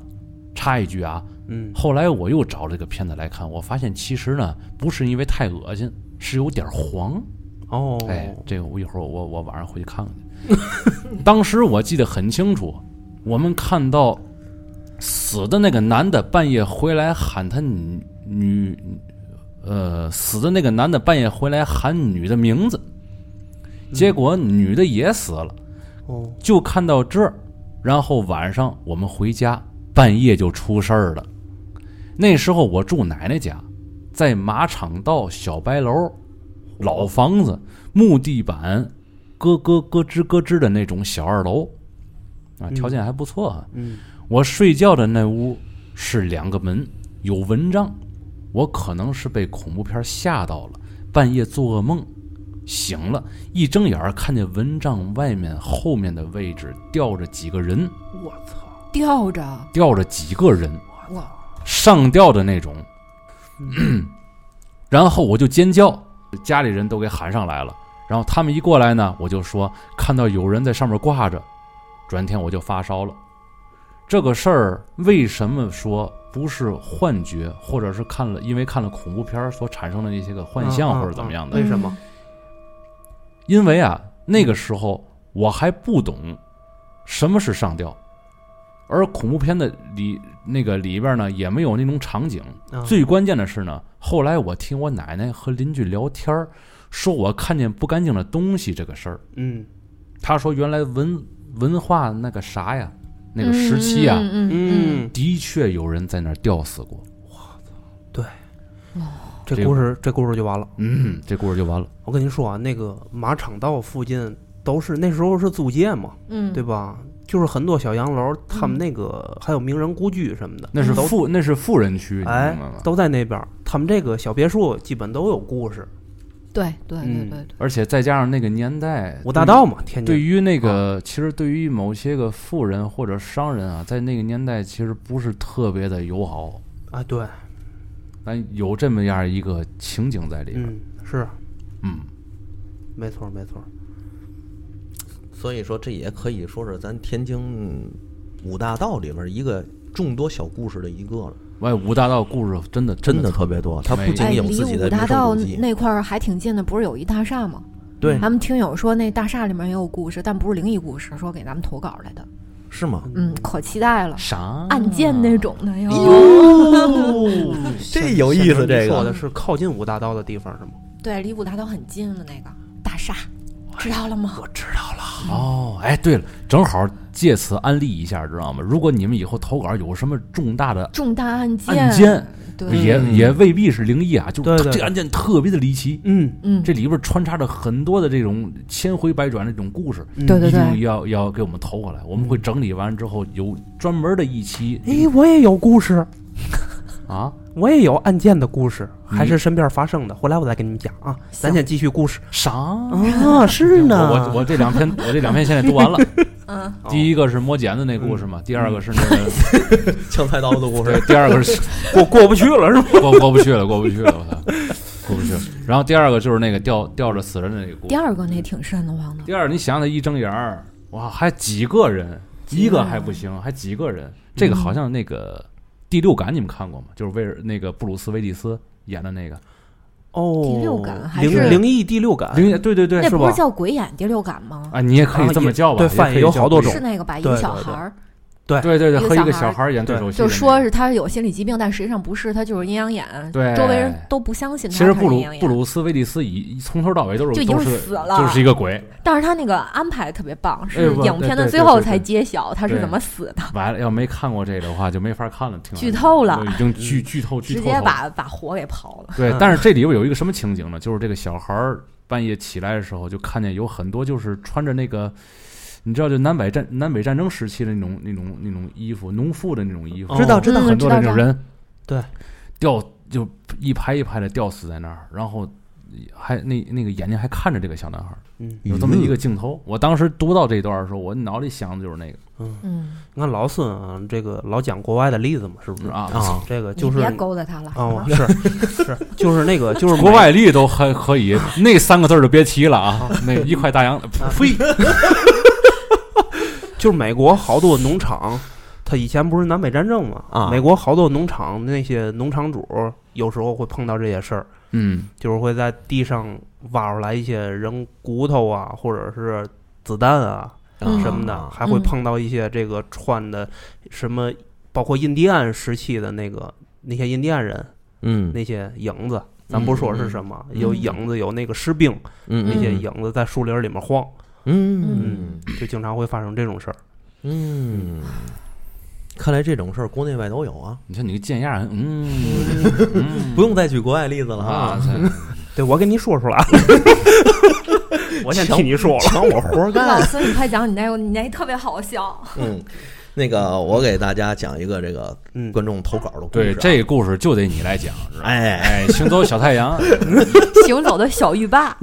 B: 插一句啊，
C: 嗯
B: 后来我又找这个片子来看，我发现其实呢不是因为太恶心，是有点黄。
C: 哦，
B: 哎，这个我一会儿我我晚上回去看看去。 *laughs* 当时我记得很清楚，我们看到死的那个男的半夜回来喊他女女呃，死的那个男的半夜回来喊女的名字，结果女的也死了，
C: 哦，
B: 就看到这儿，然后晚上我们回家，半夜就出事儿了。那时候我住奶奶家，在马场道小白楼，老房子，木地板，咯咯咯吱咯吱的那种小二楼，啊，条件还不错啊。
C: 嗯，
B: 我睡觉的那屋是两个门，有蚊帐。我可能是被恐怖片吓到了，半夜做噩梦，醒了，一睁眼儿看见蚊帐外面后面的位置吊着几个人，
C: 我操，
D: 吊着，
B: 吊着几个人，
C: 我
D: 我
C: 操，
B: 上吊的那种。 *clears throat* 然后我就尖叫，家里人都给喊上来了。然后他们一过来呢，我就说看到有人在上面挂着，转天我就发烧了。这个事儿为什么说不是幻觉，或者是看了因为看了恐怖片儿所产生的那些个幻象
C: 啊
B: 或者怎么样的？
C: 为什么？
B: 因为啊，那个时候我还不懂什么是上吊，而恐怖片的里那个里边呢也没有那种场景。
C: 啊
B: 最关键的是呢，后来我听我奶奶和邻居聊天儿，说我看见不干净的东西这个事儿。
C: 嗯
B: 她说原来文文化那个啥呀，那个时期啊，
D: 嗯嗯
C: 嗯，
B: 的确有人在那儿吊死过。
C: 这故事这故事就完了。
B: 嗯，这故事就完了。
C: 我跟您说啊，那个马场道附近都是那时候是租界嘛，
D: 嗯，
C: 对吧？就是很多小洋楼，他们那个还有名人故居什么的，
B: 那是
C: 嗯都
B: 富那是富人区，你明白
C: 哎
B: 吗？
C: 都在那边儿。他们这个小别墅基本都有故事，
D: 对对对
C: 嗯
D: 对对，
B: 而且再加上那个年代，
C: 五大道嘛，天津。
B: 哎对于那
C: 啊
B: 个，其实对于某些个富人或者商人啊，在那个年代其实不是特别的友好，
C: 啊，对，
B: 但有这么样一个情景在里边。
C: 嗯，是
B: 嗯，
C: 没错没错。
A: 所以说这也可以说是咱天津五大道里边一个众多小故事的一个了，
B: 外五大道故事真的
A: 真
B: 的
A: 的特别多。它不仅
D: 哎，
A: 有
D: 离
A: 自己的名
D: 五大
A: 胜
D: 道
A: 古迹，
D: 那块儿还挺近的，不是有一大厦吗？
A: 对，
D: 咱们听友说那大厦里面也有故事，但不是灵异故事，说给咱们投稿来的，
A: 是吗？
D: 嗯，可期待了，
B: 啥
D: 案件那种的
B: 哎
D: 哟。哦
C: *laughs*
A: 哟，
D: 嗯
A: 这有意思，
C: 现在
A: 这
C: 你说的
A: 个
C: 是靠近五大道的地方是吗？
D: 对，离五大道很近的那个大厦，知道了吗？
B: 哦，哎，对了，正好借此安利一下，知道吗？如果你们以后投稿有什么重大的
D: 重大案件，
B: 案件，
D: 对，
B: 也
A: 嗯
B: 也未必是灵异啊，就
C: 对对
B: 这
C: 对
B: 个案件特别的离奇，
C: 嗯，
D: 嗯，
B: 这里边穿插着很多的这种千回百转的这种故事。
C: 嗯
D: 对对
B: 一定
D: 对，
B: 要要给我们投过来，我们会整理完之后有专门的一期
C: 哎，我也有故事，
B: 啊，
C: 我也有案件的故事，
B: 你
C: 还是身边发生的。回来我再跟你们讲啊，咱
D: 嗯行哦
C: 先继续故事
B: 啥？
C: 啊，是
B: 我我我这两篇我这两篇现在读完了，
D: 嗯，
B: 第一个是摸剪子那故事嘛，第二个是那个，
A: 枪菜刀的故
B: 对
A: 事，
B: 第二个是
C: 嗯 *laughs* 过过不去了是吗？
B: 过过不去了，过不去了，我操，过不去了。然后第二个就是那个吊吊着死人的那个故
D: 第
B: 事。
D: 二个那挺瘆得慌的，
B: 第二，你想想，一睁眼儿，哇，还几个人，一个还不行，还几个人？这
C: 嗯
B: 个好像那个第六感你们看过吗？就是威尔那个布鲁斯威利斯演的那个
C: 哦，
D: 第六感还是
C: 灵灵异第六感，
B: 灵，对对对，
D: 啊那
B: 是
D: 不
B: 吧
D: 是？叫鬼眼第六感吗？
B: 啊，你也可以这么叫吧，也
C: 对
B: 可以
C: 翻译有
B: 叫
C: 好多
B: 这
C: 种
D: 是那个吧？一
C: 对
D: 个
C: 对
D: 小
C: 对
D: 孩儿，
B: 对对对，
D: 一个
B: 和一个
D: 小孩
B: 小
D: 儿
B: 孩儿演对
C: 对
B: 手戏的那
D: 就
B: 个，
D: 说是他有心理疾病，但实际上不是，他就是阴阳眼。
B: 对
D: 周围人都不相信他。
B: 其实
D: 他
B: 布
D: 是
B: 鲁
D: 阴阳眼
B: 布，鲁斯威利斯以从头到尾都
D: 就已
B: 是
D: 经
B: 都是
D: 死了
B: 就是一个鬼，
D: 但是他那个安排特别棒，是
B: 哎不
D: 影片的
B: 对对
D: 最后
B: 对对
D: 才
B: 对
D: 揭晓他是
B: 对
D: 怎么死的，
B: 完了要没看过这个的话就没法看了，听完
D: 剧透了
B: 就已经剧剧透剧
D: 直
B: 透
D: 接
B: 透了。
D: 把把火给刨
B: *laughs*
D: 了。
B: 对
C: 嗯，
B: 但是这里边有一个什么情景呢？就是这个小孩儿半夜起来的时候，就看见有很多就是穿着那个。你知道，就南北战南北战争时期的那种、那种、那种衣服，农妇的那种衣服，
C: 哦知道
D: 知道
B: 很多的
D: 知道
B: 那种人，
C: 对，
B: 吊就一排一排的吊死在那儿，然后还那那个眼睛还看着这个小男孩儿，
C: 嗯，
B: *laughs* 有这么一个镜头。我当时读到这段的时候，我脑里想的就是那个
D: 嗯，
C: 你看老孙啊，这个老讲国外的例子嘛，是不是？
B: 啊，
A: 啊，
C: 这个
D: 你
C: 就是
D: 别勾啊搭他
B: 嗯
D: 了。好
C: 哦
D: 吗，
C: 是是，就是那个就是
B: 国
C: 美
B: 外力都还可以，那三个字儿就别提了 *laughs* 啊，那一块大洋，呸，
C: 就是美国好多农场，他以前不是南北战争嘛？
A: 啊
C: 美国好多农场那些农场主有时候会碰到这些事儿，
B: 嗯，
C: 就是会在地上挖出来一些人骨头啊，或者是子弹啊
D: 嗯
C: 什么的，还会碰到一些这个穿的什么，包括印第安时期的那个那些印第安人
A: 嗯，
C: 那些影子，咱不说是什么，有影子，有那个尸病，
A: 嗯
C: 那些
A: 嗯
C: 影子在树林里面晃，
A: 嗯
C: 就经常会发生这种事儿。
A: 嗯，看来这种事儿国内外都有啊，
B: 你看你个贱样儿，嗯，嗯
A: 不用再举国外例子了
B: 啊，
A: 啊，
B: 这
C: 对我给你说出来，我先替你说了。
A: 抢我活儿
D: *laughs* 老
B: *laughs*
A: 干。
D: 孙，你快讲你那个，你那特别好笑。 *laughs*
A: 嗯，那个我给大家讲一个这个
C: 嗯，
A: 观众投稿的故事、
B: *laughs* 对
A: 啊。
B: 这故事就得你来讲，是吧
A: 哎，
B: 哎，行走小太阳， *laughs*
D: 行走的小浴霸，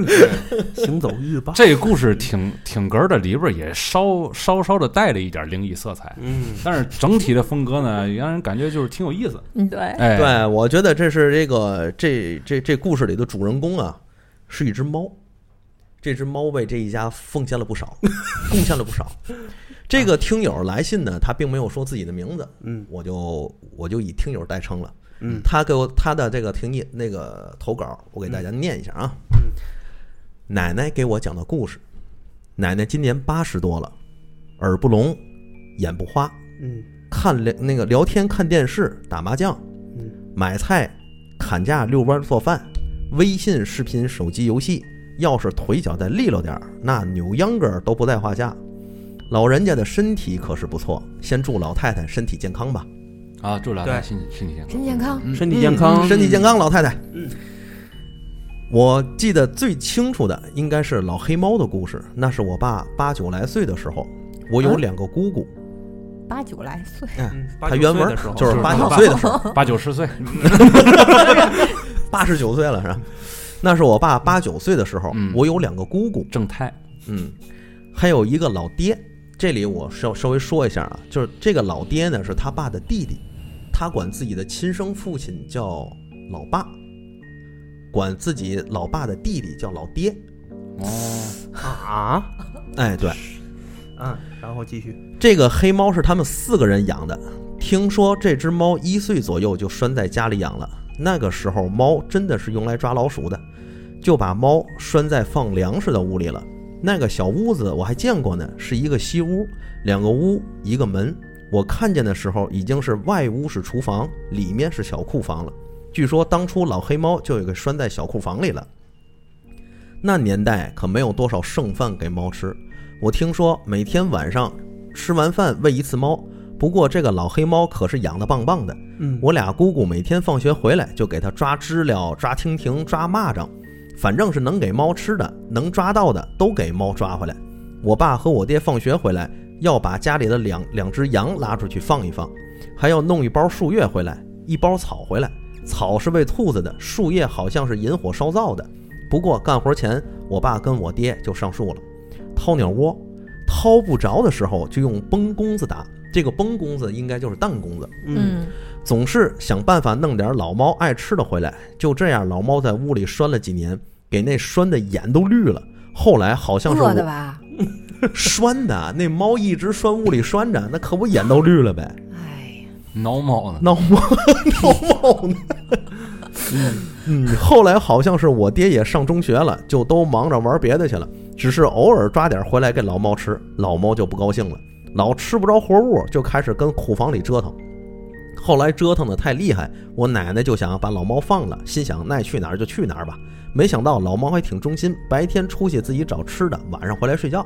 C: 行走欲罢。
B: 这故事挺挺哏儿的，里边儿也稍稍稍的带了一点灵异色彩，
C: 嗯，
B: 但是整体的风格
D: *laughs*
B: 呢，让人感觉就是挺有意思。
D: 嗯，对，
B: 哎，
A: 对，我觉得这是这个这这这故事里的主人公啊，是一只猫。这只猫为这一家奉献了不少，贡献了不少。这个听友来信呢，他并没有说自己的名字，
C: 嗯
A: 我就我就以听友代称了。
C: 嗯
A: 他给我他的这个听议那个投稿，我给大家念一下啊。
C: 嗯
A: 奶奶给我讲的故事，奶奶今年八十多了，耳不聋，眼不花，
C: 嗯
A: 看聊那个聊天、看电视、打麻将、
C: 嗯
A: 买菜、砍价、遛弯、做饭，微信、视频、手机游戏，要是腿脚再利落点儿，那扭秧歌儿都不在话下。老人家的身体可是不错，先祝老太太身体健康吧，
B: 啊，祝老大
C: 对
B: 身体身体健
D: 身
B: 康，
D: 体健康
B: 嗯
C: 身体健康
A: 身体健康，老太太。
C: 嗯，
A: 我记得最清楚的应该是老黑猫的故事，那是我爸八九来岁的时候，我
C: 啊
A: 有
D: 嗯
A: 两个姑姑，
D: 八九来岁，
C: 嗯，
A: 他原文就是
B: 就是
A: 八
B: 八
A: 九
B: 九
A: 岁的时候，
B: 八
A: *laughs*
B: 九十岁，
A: 八十九岁了是吧？那是我爸八九岁的时候，
B: 嗯
A: 我有两个姑姑，
B: 正太，
A: 嗯，还有一个老爹。这里我稍稍微说一下啊，就是这个老爹呢是他爸的弟弟，他管自己的亲生父亲叫老爸，管自己老爸的弟弟叫老爹。
B: 哦，
C: 啊，
A: 哎，对，
C: 嗯，然后继续。
A: 这个黑猫是他们四个人养的。听说这只猫一岁左右就拴在家里养了，那个时候猫真的是用来抓老鼠的，就把猫拴在放粮食的屋里了。那个小屋子我还见过呢，是一个西屋，两个屋一个门。我看见的时候已经是外屋是厨房，里面是小库房了。据说当初老黑猫就有个拴在小库房里了。那年代可没有多少剩饭给猫吃，我听说每天晚上吃完饭喂一次猫。不过这个老黑猫可是养的棒棒的，
C: 嗯
A: 我俩姑姑每天放学回来就给它抓知了、抓蜻蜓、抓蚂蚱，反正是能给猫吃的、能抓到的都给猫抓回来。我爸和我爹放学回来要把家里的两两只羊拉出去放一放，还要弄一包树叶回来，一包草回来。草是喂兔子的，树叶好像是引火烧灶的。不过干活前，我爸跟我爹就上树了，掏鸟窝，掏不着的时候就用崩弓子打。这个崩弓子应该就是弹弓子。
C: 嗯，
A: 总是想办法弄点老猫爱吃的回来。就这样，老猫在屋里拴了几年，给那拴的眼都绿了。后来好像是
D: 饿的
A: 我
D: 吧？
A: 拴的，啊那猫一直拴屋里拴着，那可不眼都绿了呗？
D: 哎呀， *laughs*
B: 挠猫呢，
A: 闹猫， *laughs* 闹猫呢？嗯，后来好像是我爹也上中学了，就都忙着玩别的去了，只是偶尔抓点回来给老猫吃，老猫就不高兴了，老吃不着活物，就开始跟库房里折腾。后来折腾的太厉害，我奶奶就想把老猫放了，心想那去哪儿就去哪儿吧。没想到老猫还挺忠心，白天出去自己找吃的，晚上回来睡觉。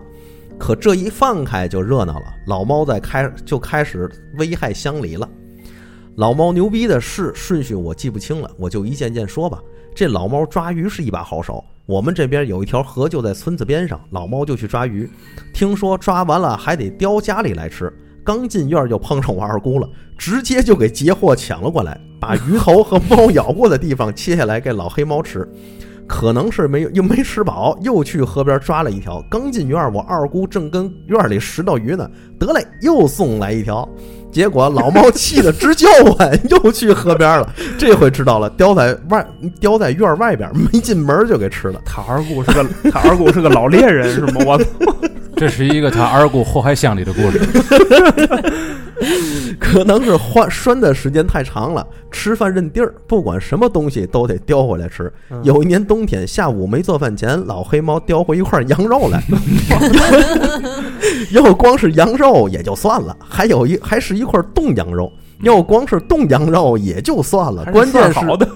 A: 可这一放开就热闹了，老猫在开就开始危害乡里了。老猫牛逼的是顺序我记不清了，我就一件件说吧。这老猫抓鱼是一把好手，我们这边有一条河就在村子边上，老猫就去抓鱼。听说抓完了还得叼家里来吃，刚进院就碰上我二姑了，直接就给截获抢了过来，把鱼头和猫咬过的地方切下来给老黑猫吃。可能是没有又没吃饱，又去河边抓了一条。刚进院，我二姑正跟院里拾到鱼呢，得嘞，又送来一条。结果老猫气得直叫唤，又去河边了。 *laughs* 这回知道了，叼在外，叼在院外边，没进门就给吃了。
C: 他二姑是个 *laughs* 他二姑是个老猎人是吗？ *laughs* 我
B: 这是一个他二姑祸害乡里的故
A: *laughs*
B: 事。
A: 可能是换拴的时间太长了，吃饭认地儿，不管什么东西都得叼回来吃。
C: 嗯
A: 有一年冬天下午没做饭前，老黑猫叼回一块羊肉来， *laughs* 要光是羊肉也就算了，还有一还是一块冻羊肉。要光是冻羊肉也就算了，
C: 还是
A: 关键
C: 算好的，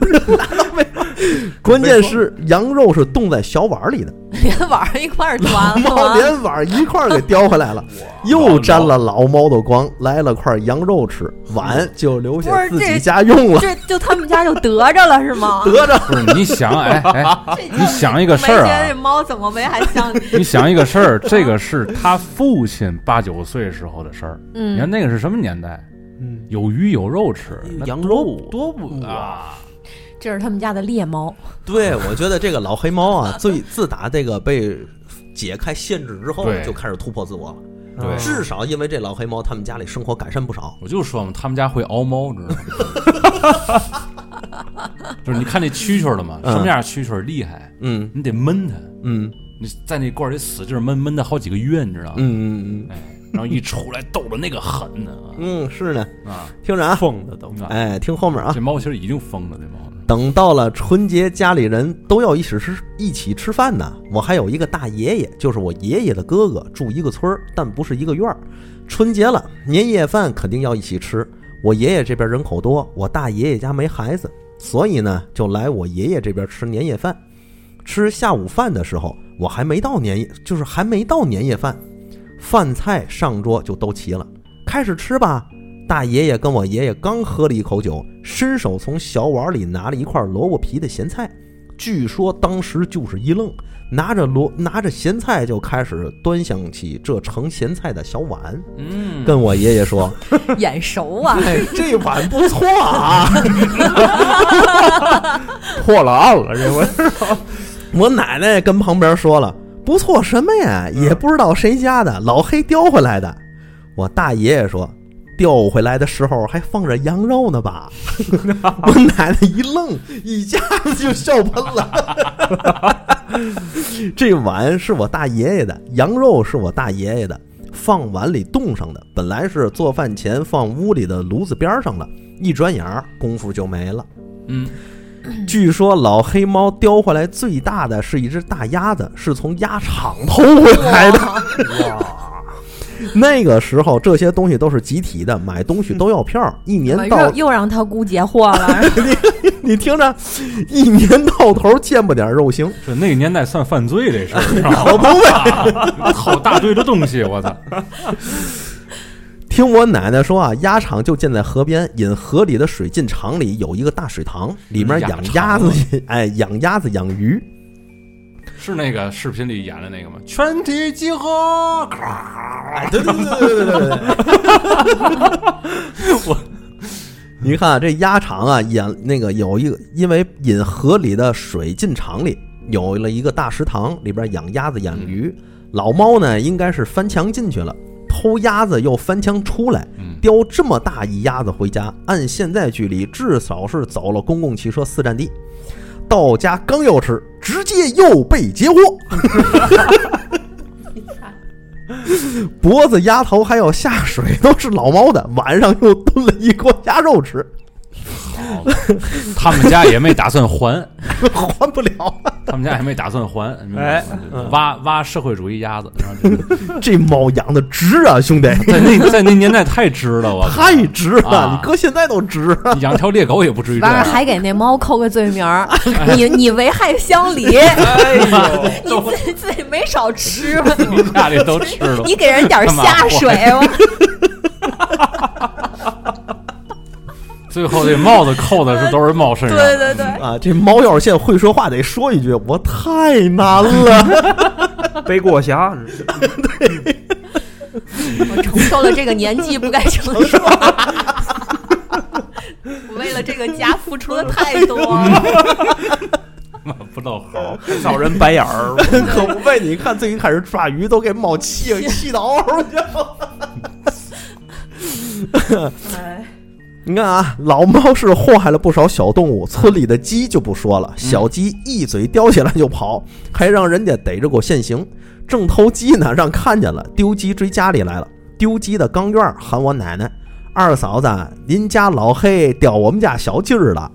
A: 关键是羊肉是冻在小碗里的，
D: 连碗儿一块
B: *laughs*
D: 儿端了
A: 猫
D: 吗？
A: 连碗一块儿给叼回来了，又沾了老猫的光，来了块羊肉吃，碗就留下自己家用了，
D: 这就他们家就得着了是吗？
A: *laughs* 得着。
B: 不是你想，哎哎，
D: 这
B: 你想一个事
D: 没
B: 儿
D: 觉得
B: 啊
D: 这，猫怎么没还像 *laughs* 你？
B: 你想一个事儿，这个是他父亲八九岁时候的事儿。你看
D: 嗯，
B: 那个是什么年代？
C: 嗯，
B: 有鱼有肉吃，那
C: 羊
B: 多
C: 肉
B: 不
C: 多
D: 哎
C: 不啊！
D: 这是他们家的猎猫。
A: 对，我觉得这个老黑猫啊，最自打这个被解开限制之后
B: 对，
A: 就开始突破自我了。
B: 对
C: 啊
A: 至少因为这老黑猫，他们家里生活改善不少。
B: 我就说嘛，他们家会熬猫，知道吗？
D: *laughs*
B: 就是你看那蛐蛐儿了吗？
A: 嗯
B: 什么样的蛐蛐儿厉害？
A: 嗯
B: 你得闷它，
A: 嗯
B: 你在那罐儿里使劲闷，闷它好几个月，你知道吗？
A: 嗯嗯
B: 哎，然后一出来逗的那个狠呢
A: 嗯，是呢。
B: 啊！
A: 听着啊，
C: 疯的都
B: 啊
A: 哎，听后面啊
B: 这。猫其实已经疯了，这猫
A: 等到了春节，家里人都要一起吃一起吃饭呢。我还有一个大爷爷，就是我爷爷的哥哥，住一个村儿，但不是一个院儿。春节了，年夜饭肯定要一起吃。我爷爷这边人口多，我大爷爷家没孩子，所以呢，就来我爷爷这边吃年夜饭。吃下午饭的时候，我还没到年夜，就是还没到年夜饭，饭菜上桌就都齐了，开始吃吧。大爷爷跟我爷爷刚喝了一口酒，伸手从小碗里拿了一块萝卜皮的咸菜，据说当时就是一愣，拿着萝拿着咸菜就开始端详起这盛咸菜的小碗，
B: 嗯，
A: 跟我爷爷说！
D: 眼熟啊 *laughs*
A: 哎，这碗不错啊！
C: 破了案了，这回
A: 我奶奶跟旁边说了，不错什么呀？也不知道谁家的，老黑叼回来的。我大爷爷说，叼回来的时候还放着羊肉呢吧？我奶奶一愣，一下子就笑喷了。这碗是我大爷爷的，羊肉是我大爷爷的，放碗里冻上的。本来是做饭前放屋里的炉子边上了，一转眼儿功夫就没了。
B: 嗯，
A: 据说老黑猫叼回来最大的是一只大鸭子，是从鸭场偷回来的。 *laughs* 那个时候这些东西都是集体的，买东西都要票，一年
D: 怎么
A: 到
D: 又又让他姑截获 *laughs* 了，
A: *laughs* 你听着，一年到头见不点肉腥。
B: 这那个年代算犯罪这事儿，知道吗
A: *laughs* 我不会，
B: *laughs* 好大堆的东西，我操！
A: 听我奶奶说啊，鸭场就建在河边，引河里的水进场里，有一个大水塘，里面
B: 嗯
A: 养
B: 鸭
A: 鸭
B: 场
A: 子，哎，养鸭子养鱼。
B: 是那个视频里演的那个吗？全体集合！
A: 哎，对对对对对对对。我，你看啊这鸭肠啊，养那个有一个，因为引河里的水进肠里，有了一个大食堂，里边养鸭子养鱼。老猫呢，应该是翻墙进去了，偷鸭子又翻墙出来，
B: 嗯，
A: 叼这么大一鸭子回家，按现在距离至少是走了公共汽车四站地。到家刚要吃，直接又被截获。脖子、鸭头还有下水都是老猫的，晚上又炖了一锅鸭肉吃，
B: 好他们家也没打算还，
A: 还不了。
B: 他们家也没打算还，明白吗
A: 嗯
B: 挖挖社会主义鸭子，然后
A: *laughs*
B: 就
A: 这猫养的值啊，兄弟，
B: 在那在那年代太值了，我操
A: *laughs* 太值了！
B: 啊
A: 你搁现在都值。
B: 养条猎狗也不至于这
D: 完了
B: 样，
D: 还给那猫扣个罪名 *laughs* 儿，你你危害乡 *laughs* 里，
C: 哎呦，
D: 你自己自己没少吃 *laughs* 吧？
B: 你 *laughs* 家里都吃了，
D: 你给人点儿下水吧？
B: 最后这帽子扣的是都是猫身上，
D: 对对 *laughs* 对，
A: *laughs* 啊，这猫要是现在会说话，得说一句：“我太难了。
C: *laughs*
A: *laughs*
C: 背锅侠，
D: 我承受了这个年纪不该承受。我 *laughs* 为了这个家付出的太多 *laughs* 了，
B: 妈 *laughs* 不露猴，
C: 找人白眼儿，”
A: 可不呗，你看最一开始抓鱼都给猫气 *laughs* 气到嗷，你知道吗？
D: 哎
A: 你看啊，老猫是祸害了不少小动物，村里的鸡就不说
B: 嗯
A: 了，小鸡一嘴叼起来就跑，还让人家逮着给我现行。正偷鸡呢，让看见了，丢鸡追家里来了。丢鸡的刚院儿喊我奶奶，二嫂子，您家老黑叼我们家小鸡儿了。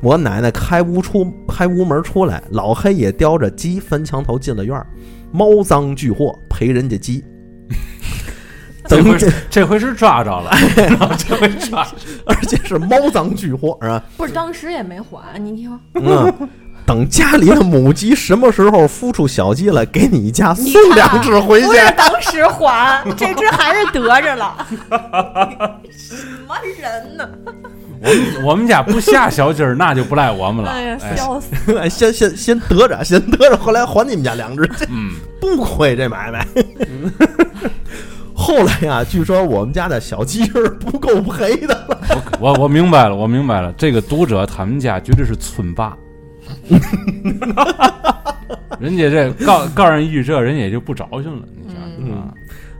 A: 我奶奶开屋出开屋门出来，老黑也叼着鸡
B: *laughs*
A: 翻墙头进了院儿，猫脏俱获，赔人家鸡。
B: 这
A: 等
B: 回这回是抓着了， *laughs* 这回抓着
A: 而且是猫赃俱获，是吧？
D: 不是当时也没还，你听，
A: 嗯，等家里的母鸡什么时候孵出小鸡来，给你家送两只回去
D: 不。是当时还，这只还是得着了。什么人呢？
B: 我们我们家不下小鸡儿，那就不赖我们了。
D: 哎呀，
B: 哎，
D: 笑死！
A: 哎， *laughs* 先先先得着，先得着，后来还你们家两只，这
B: 嗯，
A: 不亏这买卖。后来呀、据说我们家的小鸡儿不够赔的了。
B: 我我明白了，我明白了，这个读者他们家绝对是村霸。人家这告告人一句这，人家也就不找性了。你想
D: 嗯
B: 想啊，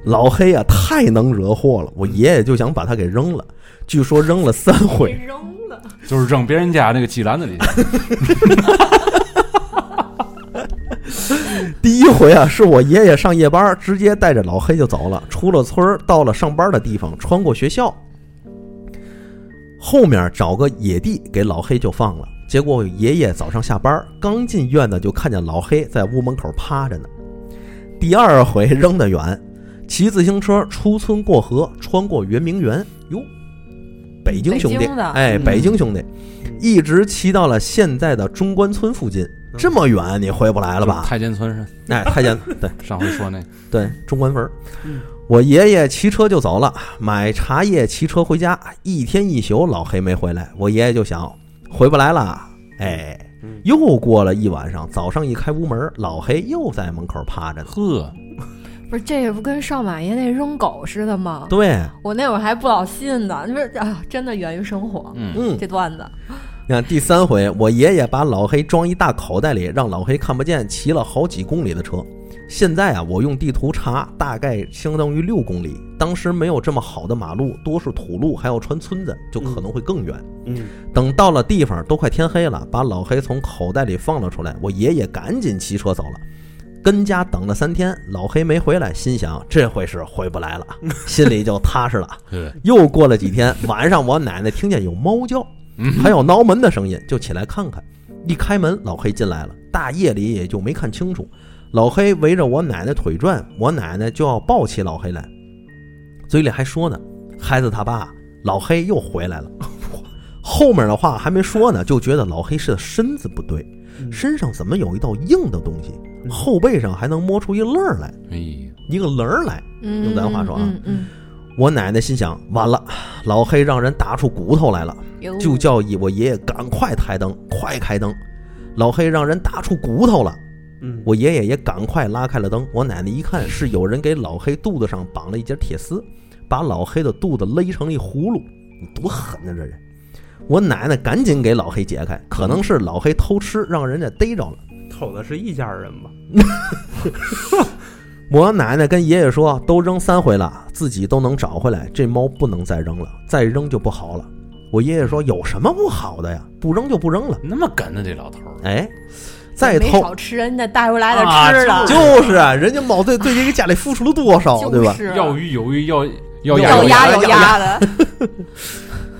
A: 老黑啊，太能惹祸了，我爷爷就想把它给扔了，据说扔了三
D: 给
A: 回。
D: 扔了，
B: 就是扔别人家那个鸡篮子里去。
A: 第一回啊，是我爷爷上夜班，直接带着老黑就走了，出了村儿，到了上班的地方，穿过学校，后面找个野地给老黑就放了。结果爷爷早上下班，刚进院子就看见老黑在屋门口趴着呢。第二回扔得远，骑自行车出村过河，穿过圆明园，哟，北京兄弟
D: 北京的，
A: 哎，
B: 嗯
A: 北京兄弟，一直骑到了现在的中关村附近。这么远你回不来了吧？
B: 太监村是
C: *laughs*
A: 哎，太监对
B: 上回说那个，
A: 对，中关门儿
C: 嗯。
A: 我爷爷骑车就走了，买茶叶骑车回家，一天一宿老黑没回来，我爷爷就想回不来了。哎
C: 嗯，
A: 又过了一晚上，早上一开屋门，老黑又在门口趴着呢。
B: 呵，
D: 不是这也不跟少马爷那扔狗似的吗？
A: 对，
D: 我那会儿还不老信呢，你说啊，真的源于生活、
B: 嗯，
A: 嗯，
D: 这段子。
A: 你看第三回，我爷爷把老黑装一大口袋里，让老黑看不见，骑了好几公里的车。现在啊，我用地图查，大概相当于六公里。当时没有这么好的马路，多是土路，还要穿村子，就可能会更远。
C: 嗯，
A: 等到了地方，都快天黑了，把老黑从口袋里放了出来。我爷爷赶紧骑车走了，跟家等了三天，老黑没回来，心想这回是回不来了，心里就踏实了。
B: 对，
A: 又过了几天，晚上我奶奶听见有猫叫，还有挠门的声音，就起来看看。一开门，老黑进来了，大夜里也就没看清楚。老黑围着我奶奶腿转，我奶奶就要抱起老黑来，嘴里还说呢：“孩子他爸，老黑又回来了。” *laughs* 后面的话还没说呢，就觉得老黑是身子不对，身上怎么有一道硬的东西，后背上还能摸出一棱儿来，
B: 哎呀，
A: 一个棱儿来。
D: 嗯，
A: 用咱话说啊
D: 嗯嗯，
A: 我奶奶心想：完了，老黑让人打出骨头来了，
D: 有
A: 就叫我爷爷赶快开灯，快开灯！老黑让人打出骨头了，
C: 嗯，
A: 我爷爷也赶快拉开了灯。我奶奶一看是有人给老黑肚子上绑了一截铁丝，把老黑的肚子勒成一葫芦，你多狠啊这人！我奶奶赶紧给老黑解开，可能是老黑偷吃让人家逮着了。
C: 偷的是一家人吧？
A: 我奶奶跟爷爷说，都扔三回了，自己都能找回来，这猫不能再扔了，再扔就不好了。我爷爷说有什么不好的呀？不扔就不扔了。
B: 那么跟着这老头儿，
A: 哎，再
D: 没
A: 偷
D: 少吃人家带回来的
B: 啊
D: 吃的，
A: 就是啊，人家猫对对这个家里付出了多少，对吧？
D: 是啊
B: 要鱼有鱼，要
A: 要
B: 要鸭
D: 要
B: 有
A: 鸭
D: 鸭
A: 有
D: 有
A: 鸭
D: 鸭的，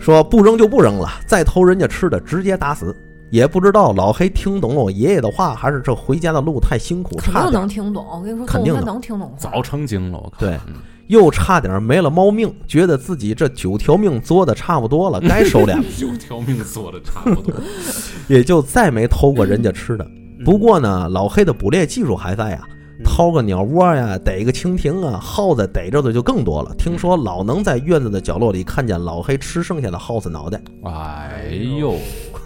A: 说不扔就不扔了，再偷人家吃的直接打死。也不知道老黑听懂了我爷爷的话，还是这回家的路太辛苦，
D: 肯
A: 差
D: 定
A: 点
D: 能听懂。我跟你说，
A: 肯
D: 动
A: 定
D: 物
A: 能
D: 它能听懂话。
B: 早成精了，我靠，
A: 对又差点没了猫命，觉得自己这九条命作的差不多了，该收敛了。
B: 九条命做的差不 *laughs* 多，
A: 也就再没偷过人家吃的。不过呢，老黑的捕猎技术还在啊，
C: 嗯
A: 掏个鸟窝呀，逮个蜻蜓啊，耗子逮着的就更多了。听说老能在院子的角落里看见老黑吃剩下的耗子脑袋，
B: 哎呦，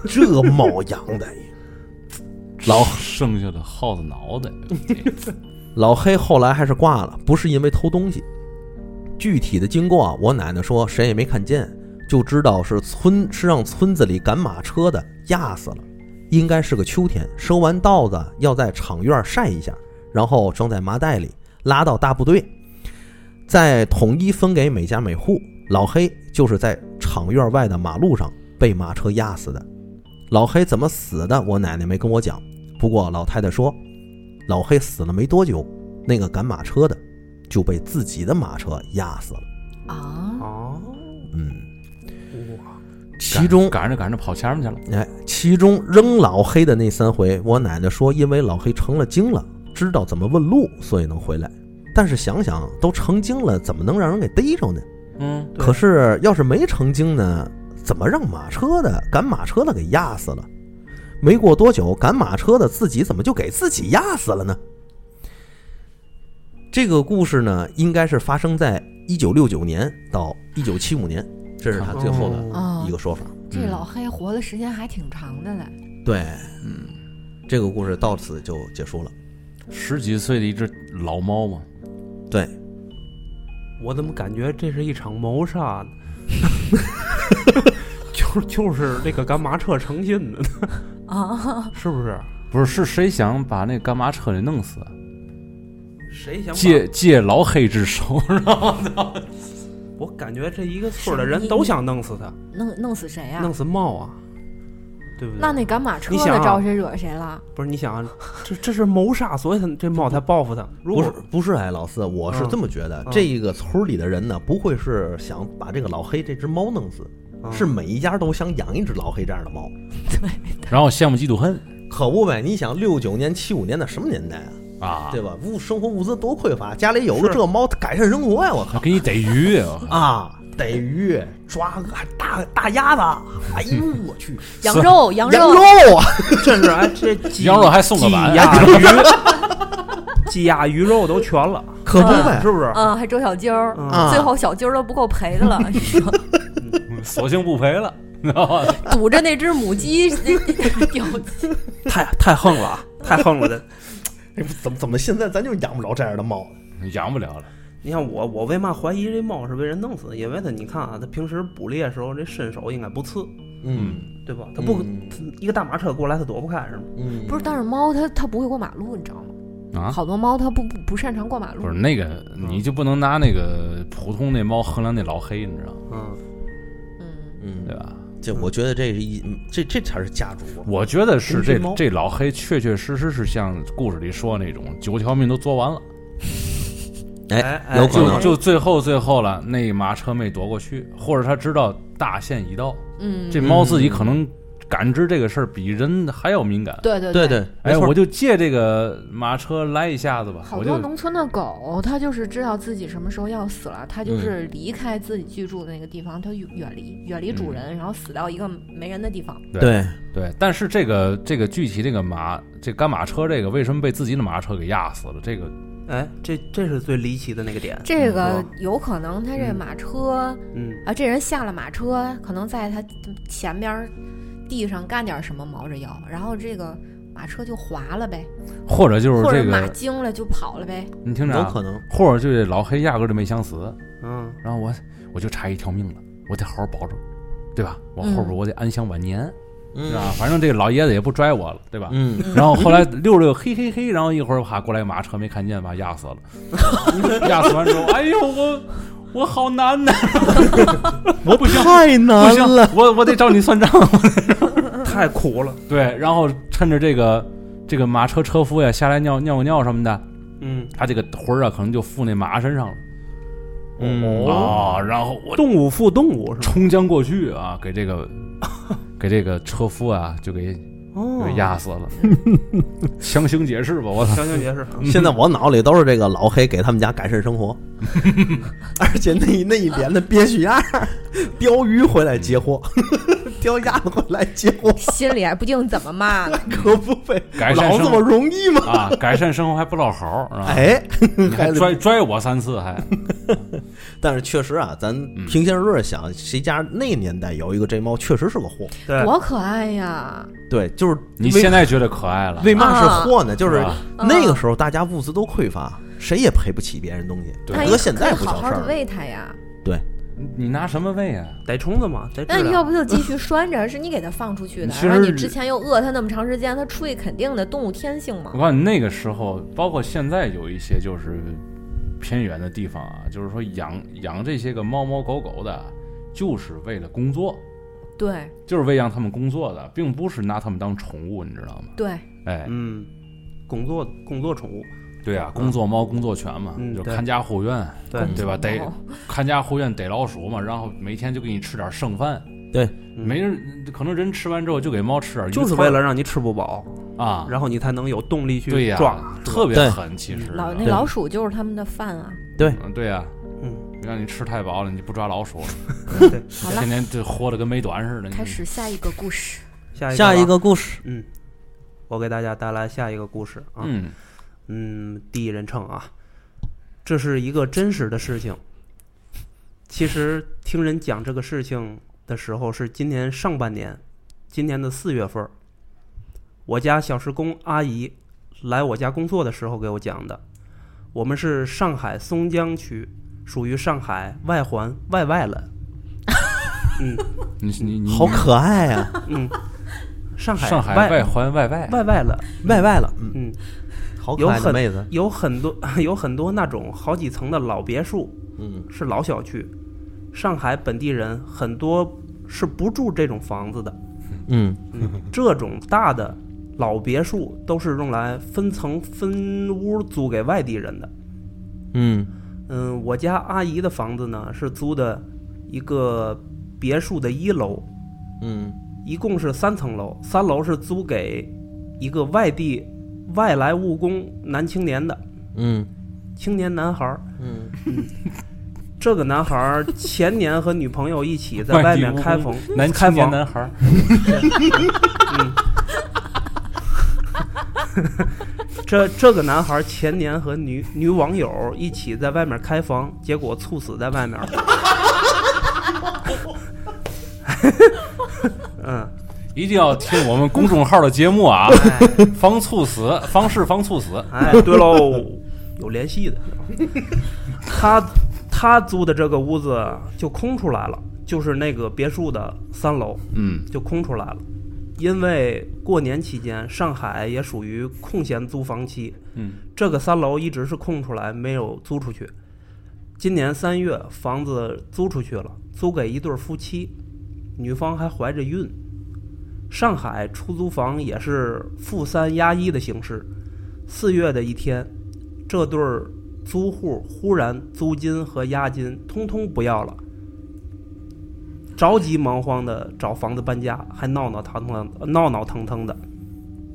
A: 这猫养的。老
B: 剩下的耗子脑袋， *laughs*
A: 老黑后来还是挂了，不是因为偷东西。具体的经过啊，我奶奶说谁也没看见，就知道是村是让村子里赶马车的压死了。应该是个秋天，收完稻子要在场院晒一下，然后装在麻袋里，拉到大部队，再统一分给每家每户。老黑就是在场院外的马路上被马车压死的。老黑怎么死的，我奶奶没跟我讲。不过老太太说，老黑死了没多久，那个赶马车的就被自己的马车压死了。
D: 啊，
C: 哦，
A: 嗯，
C: 哇，
A: 其中
B: 赶着赶着跑前面去了，
A: 哎，其中扔老黑的那三回，我奶奶说，因为老黑成了精了，知道怎么问路，所以能回来。但是想想都成精了，怎么能让人给逮着呢？
B: 嗯，
C: 对
A: 可是要是没成精呢，怎么让马车的赶马车的给压死了？没过多久，赶马车的自己怎么就给自己压死了呢？这个故事呢，应该是发生在一九六九年到一九七五年，这是他最后的
D: 哦
A: 一，个说法。
D: 这
A: 嗯
D: 老黑活的时间还挺长的嘞。
A: 对，嗯，这个故事到此就结束了。
B: 十几岁的一只老猫嘛，
A: 对，
C: 我怎么感觉这是一场谋杀呢？ *laughs* 就是就是那个赶马车成心的，
D: 啊，
C: 是不是？
B: 不是是谁想把那干嘛车给弄死？啊
C: 谁想把
B: 借借老黑之手，然后
C: 我感觉这一个村儿的人都想弄死他，
D: 弄弄死谁呀、
C: 弄死猫啊，对不对？
D: 那那赶马车
C: 你想
D: 的
C: 啊
D: 招谁惹谁了？
C: 不是你想啊， *laughs* 这这是谋杀，所以他这猫才报复他。如
A: 不
C: 果
A: 是不是，哎，老四，我是
C: 嗯
A: 这么觉得，
C: 嗯
A: 这个村儿里的人呢，不会是想把这个老黑这只猫弄死，
C: 嗯
A: 是每一家都想养一只老黑这样的猫。
B: *laughs* 然后羡慕嫉妒恨
A: 可不呗，你想六九年、七五年的什么年代啊，
B: 啊，
A: 对吧？物生活物资多匮乏，家里有个这猫改善生活呀、我靠
B: 给你逮鱼，我 *laughs* 靠
A: 啊！逮鱼抓个大大鸭子，哎呦我去，
D: 羊肉，羊
A: 羊
D: 肉，
A: 肉啊！
C: 真是哎， *laughs* 这鸡
B: 羊肉还送个碗 *laughs*
C: 鸡 *laughs* 鸭鱼，鸡鸭鱼肉都全了，
A: 可不呗，
C: 是不是？
D: 嗯，还周小鸡儿，
C: 嗯
A: 啊
D: 最后小鸡儿都不够赔的了，你说
B: 索性不赔了， *laughs* 你知道吗？
D: 堵着那只 *laughs* 母鸡掉鸡
C: 太太横了啊，太横了！这 *laughs*
A: 哎不怎么怎么现在咱就养不着这样的猫？
B: 养不了了，
C: 你看我，我为嘛怀疑这猫是被人弄死的？因为它，你看啊，它平时捕猎的时候这身手应该不次，
A: 嗯
C: 对吧？它不，
A: 嗯
C: 它一个大马车过来，它躲不开是吗？
A: 嗯，
D: 不是，但是猫它它不会过马路，你知道吗？
B: 啊
D: 好多猫它不不不擅长过马路
B: 不是。那个，你就不能拿那个普通那猫衡量那老黑，你知道吗？
C: 嗯，
D: 嗯，
A: 嗯
B: 对，吧？
A: 这我觉得这是一这这才是家主。啊
B: 我觉得是这
A: 公鸡猫
B: 这老黑确确实实是像故事里说那种九条命都做完了，
A: 哎
C: 哎哎
A: 有可
B: 就
A: 能
B: 就最后最后了，那马车没躲过去，或者他知道大限已到，
D: 嗯，
B: 这猫自己可能感知这个事儿比人还要敏感。
D: 对对
A: 对对，
D: 对。
A: 没
B: 哎，
A: 错
B: 我就借这个马车来一下子吧，
D: 好
B: 我
D: 多
B: 就
D: 农村的狗，它就是知道自己什么时候要死了，它就是离开自己居住的那个地方，它远远离远离主人，然后死到一个没人的地方。
A: 对，
B: 对。但是这个这个具体这个马这赶马车这个为什么被自己的马车给压死了？这个
C: 哎，这这是最离奇的那个点。
D: 这个
C: 是吧
D: 有可能，它这
C: 嗯
D: 马车
C: 嗯，
D: 啊，这人下了马车，可能在他前边儿地上干点什么，猫着腰，然后这个马车就滑了呗，
B: 或者就是
D: 或者
B: 这
D: 马
B: 个，
D: 惊了就跑了呗。
B: 你听着、
A: 有
B: 啊，
A: 可能。
B: 或者就这老黑压根儿就没想死，
C: 嗯，
B: 然后我我就差一条命了，我得好好保重，对吧？我后边
D: 嗯
B: 我得安享晚年，
A: 嗯
B: 是吧？反正这个老爷子也不拽我了，对吧？
A: 嗯，
B: 然后后来溜溜嘿嘿嘿，然后一会儿啪过来马车没看见，把压死了， *laughs* 压死完之后，哎呦我我好
A: *laughs*
B: 难呐，我不行
A: 太
B: 不
A: 难
B: 行，我我得找你算账。
D: 嗯
C: 太苦了。
B: 对，然后趁着这个这个马车车夫呀下来尿尿个尿什么的，
C: 嗯，
B: 他这个魂儿啊可能就附那马身上了
A: 嗯
B: 啊、然后我
C: 动物负动物是吧？
B: 冲将过去啊，给这个 *laughs* 给这个车夫啊，就给
C: 哦
B: 给，压死了。强行解释吧，我
A: *laughs*
B: 操！
C: 强行解释。
A: 现在我脑里都是这个老黑给他们家改善生 *laughs* 活，而且那那一脸的憋屈样儿， *laughs* 叼鱼回来接货， *laughs* 叼鸭子回来接货，
D: 心里还不定怎么骂呢。
A: 可不呗？
B: 改善
A: 老
B: 生
A: 这么容易吗？
B: 啊，改善生活还不落好儿，啊，
A: 哎，
B: 你还
A: 还得
B: 拽拽我三次
A: *laughs*
B: 还，
A: 但是确实啊，咱平心而论想，谁家那年代有一个这猫，确实是个货。
C: 对，
D: 多可爱呀！
A: 对，就是
B: 你
A: 为
B: 现在觉得可爱了，
A: 为嘛是货呢？就是
B: 啊
A: 那个时候大家物资都匮乏，谁也赔不起别人东西，
B: 对
D: 那
A: 搁
D: 也
A: 现
D: 可
A: 在
D: 以
A: 不
D: 好
A: 叫
D: 好
A: 事
D: 的
A: 儿。
D: 喂它呀。
A: 对，
B: 你你拿什么喂啊？
C: 逮虫子嘛，逮
D: 那
C: 治
D: 你要
C: 疗。
D: 不就继续拴着，是你给它放出去的，
B: 其
D: 然后你
B: 实
D: 之前又饿它那么长时间，它出去肯定的动物天性嘛
B: 我。告诉你，那个时候，包括现在有一些就是偏远的地方啊，就是说养养这些个猫猫狗狗的，就是为了工作，
D: 对
B: 就是喂养它们工作的，并不是拿它们当宠物，你知道吗？
D: 对，
B: 哎，
C: 嗯，工作工作宠物，
B: 对啊，工作猫、工作犬嘛，
C: 嗯
B: 就
C: 对
B: 看家护院，
C: 对
D: 工
B: 对吧？
D: 作
B: 逮
D: 猫
B: 看家护院逮老鼠嘛，然后每天就给你吃点剩饭，
A: 对，
D: 嗯
B: 没人可能人吃完之后就给猫吃点鱼，
C: 就是为了让你吃不饱。
B: 啊，
C: 然后你才能有动力
B: 对
C: 去
B: 呀
C: 抓。，
B: 特别
A: 对
B: 狠，其实
D: 嗯老那
A: 对
D: 老鼠就是他们的饭啊。
B: 嗯对呀，
C: 嗯，
B: 让你吃太饱了，你不抓老鼠，
C: 对，
D: 好了
B: 天，天就活得跟没短似的。你
D: 开始下一个故事。
C: 下一
A: 下一
C: 个吧，
A: 个故事，
C: 嗯，我给大家带来下一个故事啊，
B: 嗯
C: 嗯，第一人称啊，这是一个真实的事情。其实听人讲这个事情的时候是今年上半年，今年的四月份儿，我家小时工阿姨来我家工作的时候给我讲的。我们是上海松江区，属于上海外环外外了。嗯
B: 你你你
A: 好可爱啊呀、 *laughs*
C: 嗯，上海
B: 上海
C: 外
B: 外环外外
C: 外外了。
A: 外外了，嗯，
C: 嗯，
A: 好可爱
C: 有
A: 的
C: 很
A: 妹子，
C: 有很多 *laughs* 有很多那种好几层的老别墅，
A: 嗯，
C: 是老小区，上海本地人很多是不住这种房子的。
A: 嗯
C: 这种大的老别墅都是用来分层分屋租给外地人的。
A: 嗯
C: 嗯，我家阿姨的房子呢是租的一个别墅的一楼，
A: 嗯
C: 一共是三层楼，三楼是租给一个外地外来务工男青年的
A: 嗯
C: 青年男孩儿。
A: 嗯，
C: 这个男孩儿前年和女朋友一起在
B: 外
C: 外
B: 地
C: 面
B: 务
C: 开
B: 工 *laughs*
C: 房，
B: 男
C: 开
B: 青年
C: 房，
B: 男孩儿，
C: 这这个男孩儿前年和女女网友一起在外面开房，结果猝死在外面了。嗯，，
B: 一定要听我们公众号的节目啊
C: *laughs* 哎
B: 防猝死，方式防猝死。
C: 哎，对喽，有联系的。他他租的这个屋子就空出来了，就是那个别墅的三楼。
B: 嗯
C: 就空出来了。因为过年期间，上海也属于空闲租房期，
B: 嗯
C: 这个三楼一直是空出来，没有租出去。今年三月，房子租出去了，租给一对夫妻，女方还怀着孕。上海出租房也是负三压一的形式。四月的一天，这对儿租户忽然租金和押金通通不要了，着急忙慌的找房子搬家，还闹闹腾腾、闹闹腾腾的。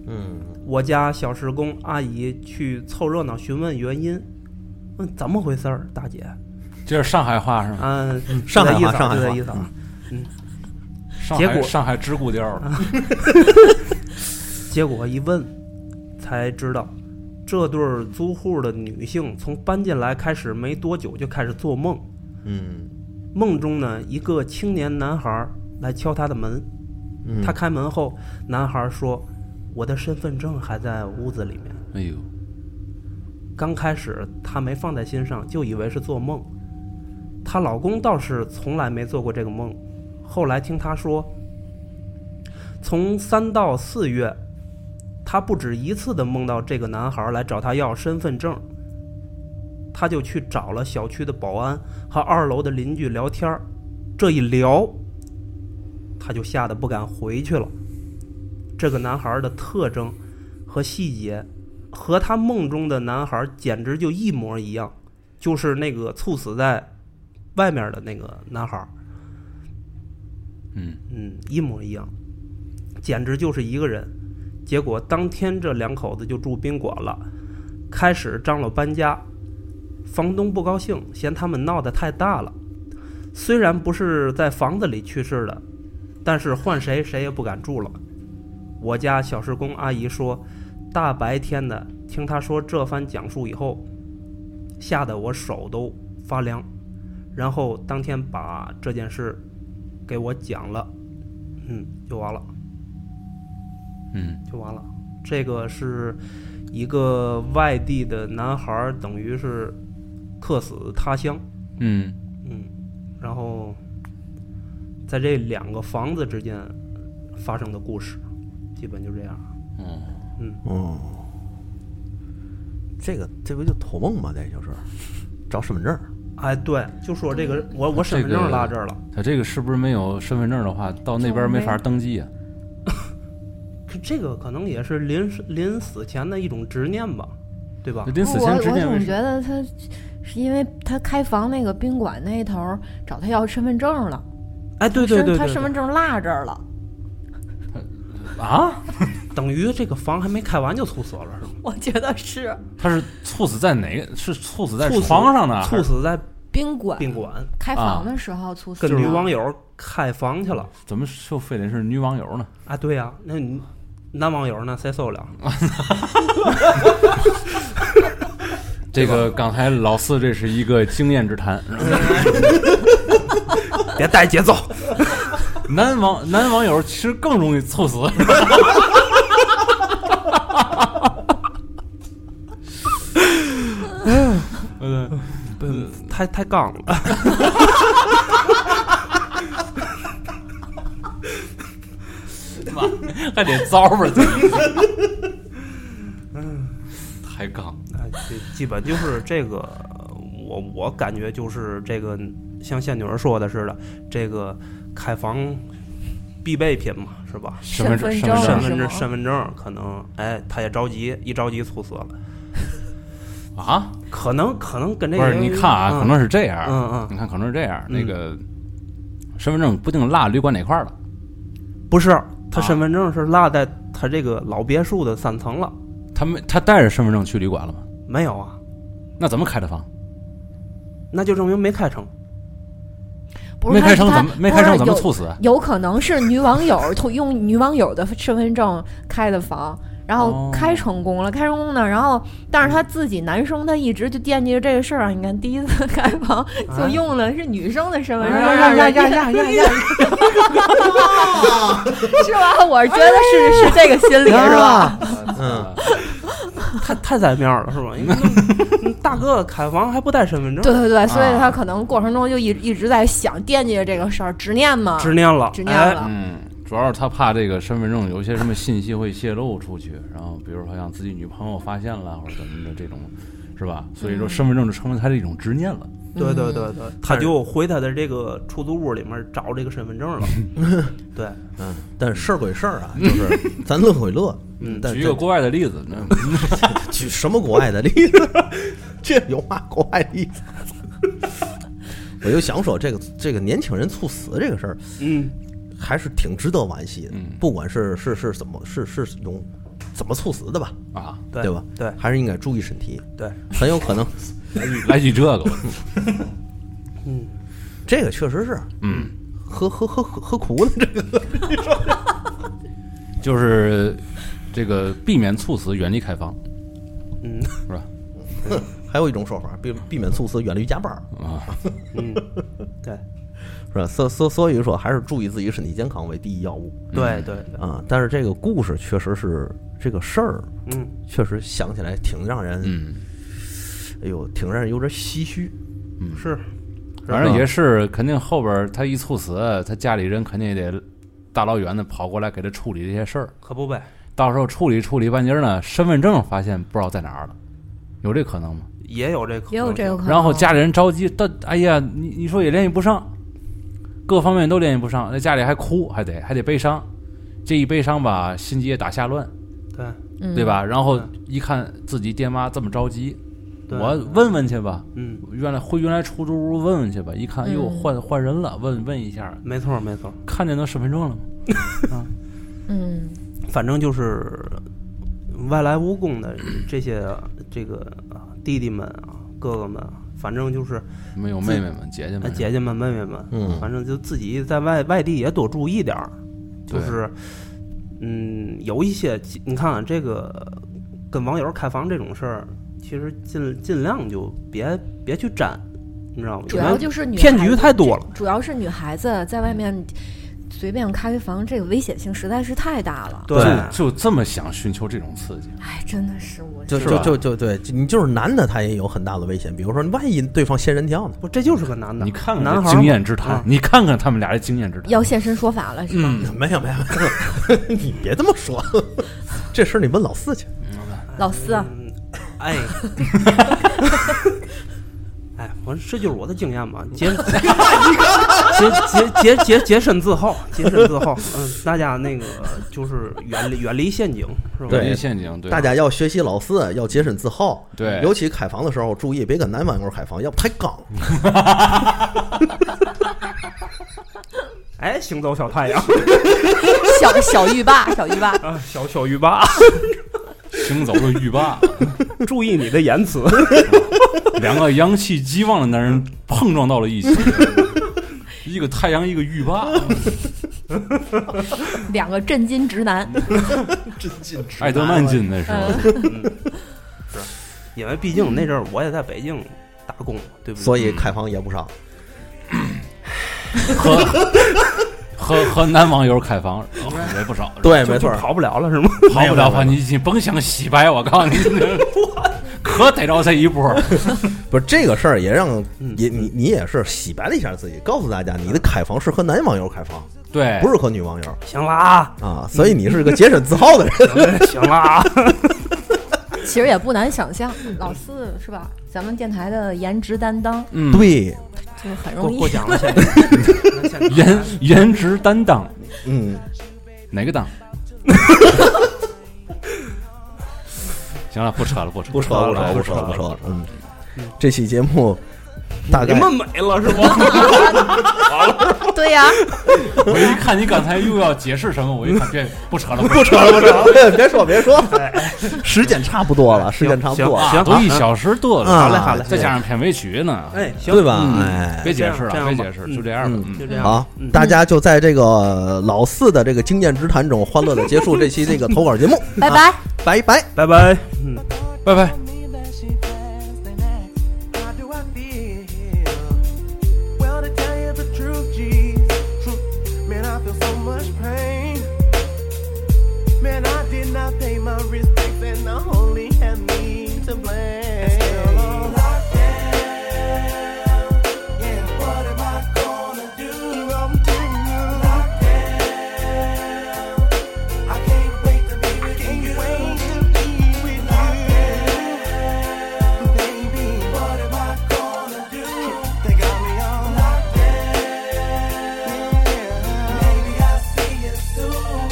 A: 嗯
C: 我家小时工阿姨去凑热闹，询问原因，问怎么回事儿，大姐？
B: 这是上海话是吗？
C: 嗯，就
A: 上海
C: 这
A: 话
C: 意思啊，
A: 上海
C: 就这
A: 话嗯
C: 意思啊。
B: 上
C: 结
B: 海
C: 果啊
B: 上海直骨调儿，
C: 结果一问，才知道，这对儿租户的女性从搬进来开始没多久就开始做梦，
A: 嗯
C: 梦中呢，一个青年男孩儿来敲她的门，
A: 嗯，
C: 她开门后，男孩儿说：“我的身份证还在屋子里面。”
B: 哎呦，
C: 刚开始她没放在心上，就以为是做梦。她老公倒是从来没做过这个梦，后来听她说，从三到四月，她不止一次的梦到这个男孩来找她要身份证，她就去找了小区的保安和二楼的邻居聊天儿，这一聊，她就吓得不敢回去了。这个男孩的特征和细节和他梦中的男孩简直就一模一样，就是那个猝死在外面的那个男孩，
B: 嗯，
C: 嗯，一模一样，简直就是一个人。结果当天这两口子就住宾馆了，开始张罗搬家，房东不高兴，嫌他们闹得太大了。虽然不是在房子里去世的，但是换谁谁也不敢住了。我家小时工阿姨说，大白天的听她说这番讲述以后，吓得我手都发凉。然后当天把这件事给我讲了，嗯，就完了，
B: 嗯，
C: 就完了。这个是一个外地的男孩儿，等于是客死他乡，
B: 嗯，
C: 嗯，然后在这两个房子之间发生的故事，基本就这样。
B: 哦，
A: 哦，这个这不就托梦吗？这就是找身份证儿，
C: 哎，对，就说这个，我我身
B: 嗯
C: 份
B: 这
C: 证
B: 个
C: 落这儿了，
B: 他这个是不是没有身份证的话，到那边没法登记啊？
C: 可这个可能也是临死临死前的一种执念吧，对吧
B: 就？临死
D: 我
B: 前
D: 我
B: 直接
D: 总
B: 没
D: 觉得他是因为他开房那个宾馆那头儿找他要身份证了，
C: 哎，对对对
D: 身
C: 对
D: 他
C: 对
D: 身份证落这儿了。
B: 啊，
C: 等于这个房还没开完就猝死了，是吗？
D: 我觉得是
B: 他是猝死在哪个？是猝死在
C: 猝死
B: 床上呢？
C: 猝死在
D: 宾馆
C: 宾馆，
D: 开房的时候啊猝死
C: 跟
D: 了，
C: 女网友开房去了
B: 怎么就非得是女网友呢？
C: 啊？对呀、那你男网友呢？谁受得了？
B: 这个刚才老四这是一个经验之谈，
C: 别带节奏，
B: *laughs* 男网男网友其实更容易猝死。 *laughs* 嗯，
C: 太太杠了。
B: 还得糟
C: *laughs*
B: 吧自己。太杠，
C: 哎，这基本就是这个，我我感觉就是这个，像仙女儿说的似的，这个开房必备品嘛，是吧？
B: 身份证
D: 份
B: 身份
C: 身份
D: 是
C: 证，
D: 吗？
C: 身份证可能，哎，他也着急，一着急猝死了，
B: 啊，
C: 可能可能跟这
B: 不
C: 个
B: 是？你看啊，可能是这样，
C: 嗯嗯，
B: 你看可能是这样，
C: 嗯
B: 那个身份证不定落旅馆哪块儿了，
C: 不是，
B: 啊
C: 他身份证是落在他这个老别墅的三层了，
B: 他没他带着身份证去旅馆了吗？
C: 没有啊？
B: 那怎么开的房？
C: 那就证明没开
D: *laughs*
C: 成，
D: 不是
B: 没
D: 他
B: 开成
D: 他
B: 怎么没
D: 不
B: 开
D: 是
B: 成怎么
D: 有
B: 猝
D: *laughs*
B: 死？啊
D: 有可能是女网友通 *laughs* 用女网友的身份证开的房，然后
B: 哦
D: 开成功了，开成功呢，然后但是他自己男生他一直就惦记着这个事儿啊。你看第一次开房
C: 啊
D: 就用了是女生的身份证，啊让人家
C: 呀呀呀！
D: *laughs* 是吧？我觉得是是这个心理是吧？
A: 嗯，
C: 太太在面了是吧？
D: *laughs*
C: 你看你大哥开房还不带身份
D: 对
C: 证，
D: 对对，所以他可能过程中就一一直在想惦记着这个事儿，执念嘛，
C: 执念了，
D: 执念
C: 哎
D: 了。
B: 嗯，主要是他怕这个身份证有一些什么信息会泄露出去，然后比如说让自己女朋友发现了或者怎么着这种，是吧？所以说身份证就成为他的一种执念了。
C: 对对
D: 嗯
C: 对对，他就回他的这个出租屋里面找这个身份证
D: *laughs*
C: 了。对，
A: 嗯，但事儿归事儿啊，就是咱乐归乐，
C: 嗯
A: 但
B: 举一个
A: 这
B: 国外的例子，
A: 举什么国外的例子？这有嘛国外例子？我就想说，这个这个年轻人猝死这个事儿，
C: 嗯，
A: 还是挺值得惋惜的
B: 嗯。
A: 不管是是是怎么是是用怎么猝死的吧，
B: 那啊，
C: 对
A: 对吧？
C: 对
A: 还是应该注意身体，
C: 对，
A: 很有可能
B: 来句这个吧，
C: 嗯，
A: *laughs* 这个确实是
B: 嗯，
A: 何何何何何苦呢？这个
B: 就是这个避免猝死，远离开房，
C: 嗯
B: 是吧？
A: *laughs* 还有一种说法，避避免猝死，远离加班儿，
B: 啊， *laughs*
C: 嗯，对
A: 是吧？所所所以说，还是注意自己身体健康为第一要务
C: 对对对，
A: 啊。但是这个故事确实是这个事儿，
C: 嗯
A: 确实想起来挺让人，
B: 嗯，
A: 哎呦，挺让人有点唏嘘。嗯
C: 是，是
B: 反正也是，肯定后边儿他一猝死，他家里人肯定也得大老远的跑过来给他处理这些事儿。
C: 可不呗，
B: 到时候处理处理半截儿呢，身份证发现不知道在哪儿了，有这可能吗？
C: 也有这可能性
D: 也有这个可能。
B: 然后家里人着急，但哎呀，你你说也联系不上，各方面都联系不上，在家里还哭，还得还得悲伤，这一悲伤吧，心急也打下乱，
C: 对
D: 嗯
B: 对？吧？然后
C: 嗯
B: 一看自己爹妈这么着急，
C: 对
B: 我问问去吧，
C: 嗯，
B: 原来回原来出租屋问问去吧，一看
D: 嗯
B: 哟换换人了，问问一下，
C: 没错没错，
B: 看见那身份证了吗？
D: 嗯，
C: 反正就是外来务工的这些这个啊弟弟们啊哥哥们啊，反正就是
B: 没有妹妹们姐姐
C: 呃
B: 们，
C: 姐姐们妹妹们，
A: 嗯
C: 反正就自己在外外地也多注意点儿，就
B: 对
C: 是，嗯，有一些你看啊，这个跟网友开房这种事儿，其实尽尽量就别别去沾，你知道吗？
D: 主要
C: 因为
D: 就是女
C: 骗
D: 孩
C: 局
D: 子
C: 太多了。
D: 主要是女孩子在外面随便开房，这个危险性实在是太大了。
C: 对，
B: 就就这么想寻求这种刺激，
D: 哎，真的是我
A: 就是就
C: 吧
A: 就就对，就你就是男的，他也有很大的危险。比如说，万一对方仙人跳呢？
C: 不，这就是个男的，
B: 你看看
C: 嗯男
B: 这
C: 孩儿
B: 经验之谈
C: 啊，
B: 你看看他们俩的经验之谈，
D: 要现身说法了，是吧？
A: 没有没有， *laughs* 没有你别这么 *laughs* 说，这事儿你问老四去。
D: 老四啊，
C: 嗯哎， *laughs* 哎，我这就是我的经验嘛，洁洁洁洁洁洁身自好，洁身自好。嗯，大家那个就是远离远离陷阱，是吧？
A: 对啊
B: 离陷阱，对
A: 大家要学习老四，要洁身自好。
B: 对
A: 尤其开房的时候，注意别跟嗯男网友开房，要不太刚。
C: 哎，行走小太阳
D: 小小浴霸，小浴霸，
C: 啊，小小浴霸，
B: *laughs* 行走的浴霸，
C: 注意你的言辞。
B: 两个阳气激旺的男人碰撞到了
C: *laughs*
B: 一起，一个太阳，一个浴霸，
D: 两个震惊直男。
A: 真进直
B: 艾德曼金那是吧
D: 嗯，
C: 嗯，是，因为毕竟那阵儿我也在北京打工，对不对？
A: 所以开房也不少。
B: 和和和男网友开房哦也不少，
A: 对，
C: 就
A: 哎没
C: 就
A: 错儿，
C: 跑不了了是吗？ *laughs*
B: 跑不了吧？你你甭想洗白，我告诉你，可逮着这一波。
A: 不是这个事儿也让
C: 嗯
A: 也你你也是洗白了一下自己，告诉大家你的开房是和男网友开房，
B: 对，
A: 不是和女网友
C: 行了啊，
A: 啊，所以你是个洁身自好的人。
C: 行了啊，
D: 其实也不难想象，老四是吧？咱们电台的颜值担当
B: 嗯，
A: *laughs* 对，
D: 就很
C: 过
D: 容易
C: 过奖了，现在
B: 颜颜值担当
A: 嗯，
B: 哪个当？ *laughs* 行了，不扯了，不扯，
A: 不扯了，不
C: 不
A: 扯
C: 扯
A: 了，
C: 了
A: 不扯了。嗯
C: 嗯，
A: 这期节目大
C: 你
A: 概
C: 们没了是吗？
D: *laughs* 对呀、
B: 我一看你刚才又要解释什么，我一看别不扯了，
A: *laughs*
B: 不
A: 不扯了，不扯 *laughs* 了，别说别说，时间差不多了，时间差不多
C: 行
A: 了，
B: 啊，都一小时多了，
A: 啊
C: 好嘞好嘞，
B: 再加上片尾曲呢，
C: 哎，行，
A: 对吧？
B: 嗯
A: 哎，
B: 别解释了，
C: 这样
B: 别
C: 吧
B: 解释，
C: 嗯
B: 就这样吧，
C: 就
B: 嗯，
C: 这样
A: 好
C: 嗯，
A: 大家就在这个老四的这个经验之谈中，欢乐的结束这期这个投稿节目，
D: 拜
A: 啊，拜
D: 拜。
A: 拜。
C: 拜拜，嗯。
B: 拜拜。
E: How do I feel? Well, to tell you the truth, geez, truth, man, I feel so much pain. Man, I did not pay my respects, and I only had me to blame. It's still all locked down. Yeah, what am I gonna do? I'm doing locked down. I can't wait to be with you. Can't wait to be with you. Baby, what am I gonna do? They got me all locked in. Maybe I'll see you soon.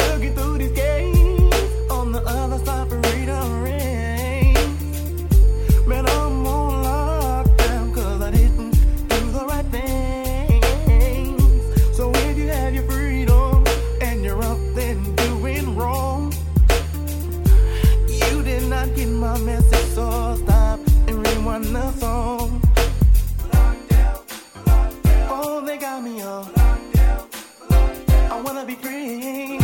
E: Looking through these gates on the other side for freedom rings. Man, I'm on lockdown 'cause I didn't do the right things. So if you have your freedom and you're up, then doing wrong. You did not get my message, so stop and rewind the song. Oh, they got me all. I wanna be free. oh. uh, Oh,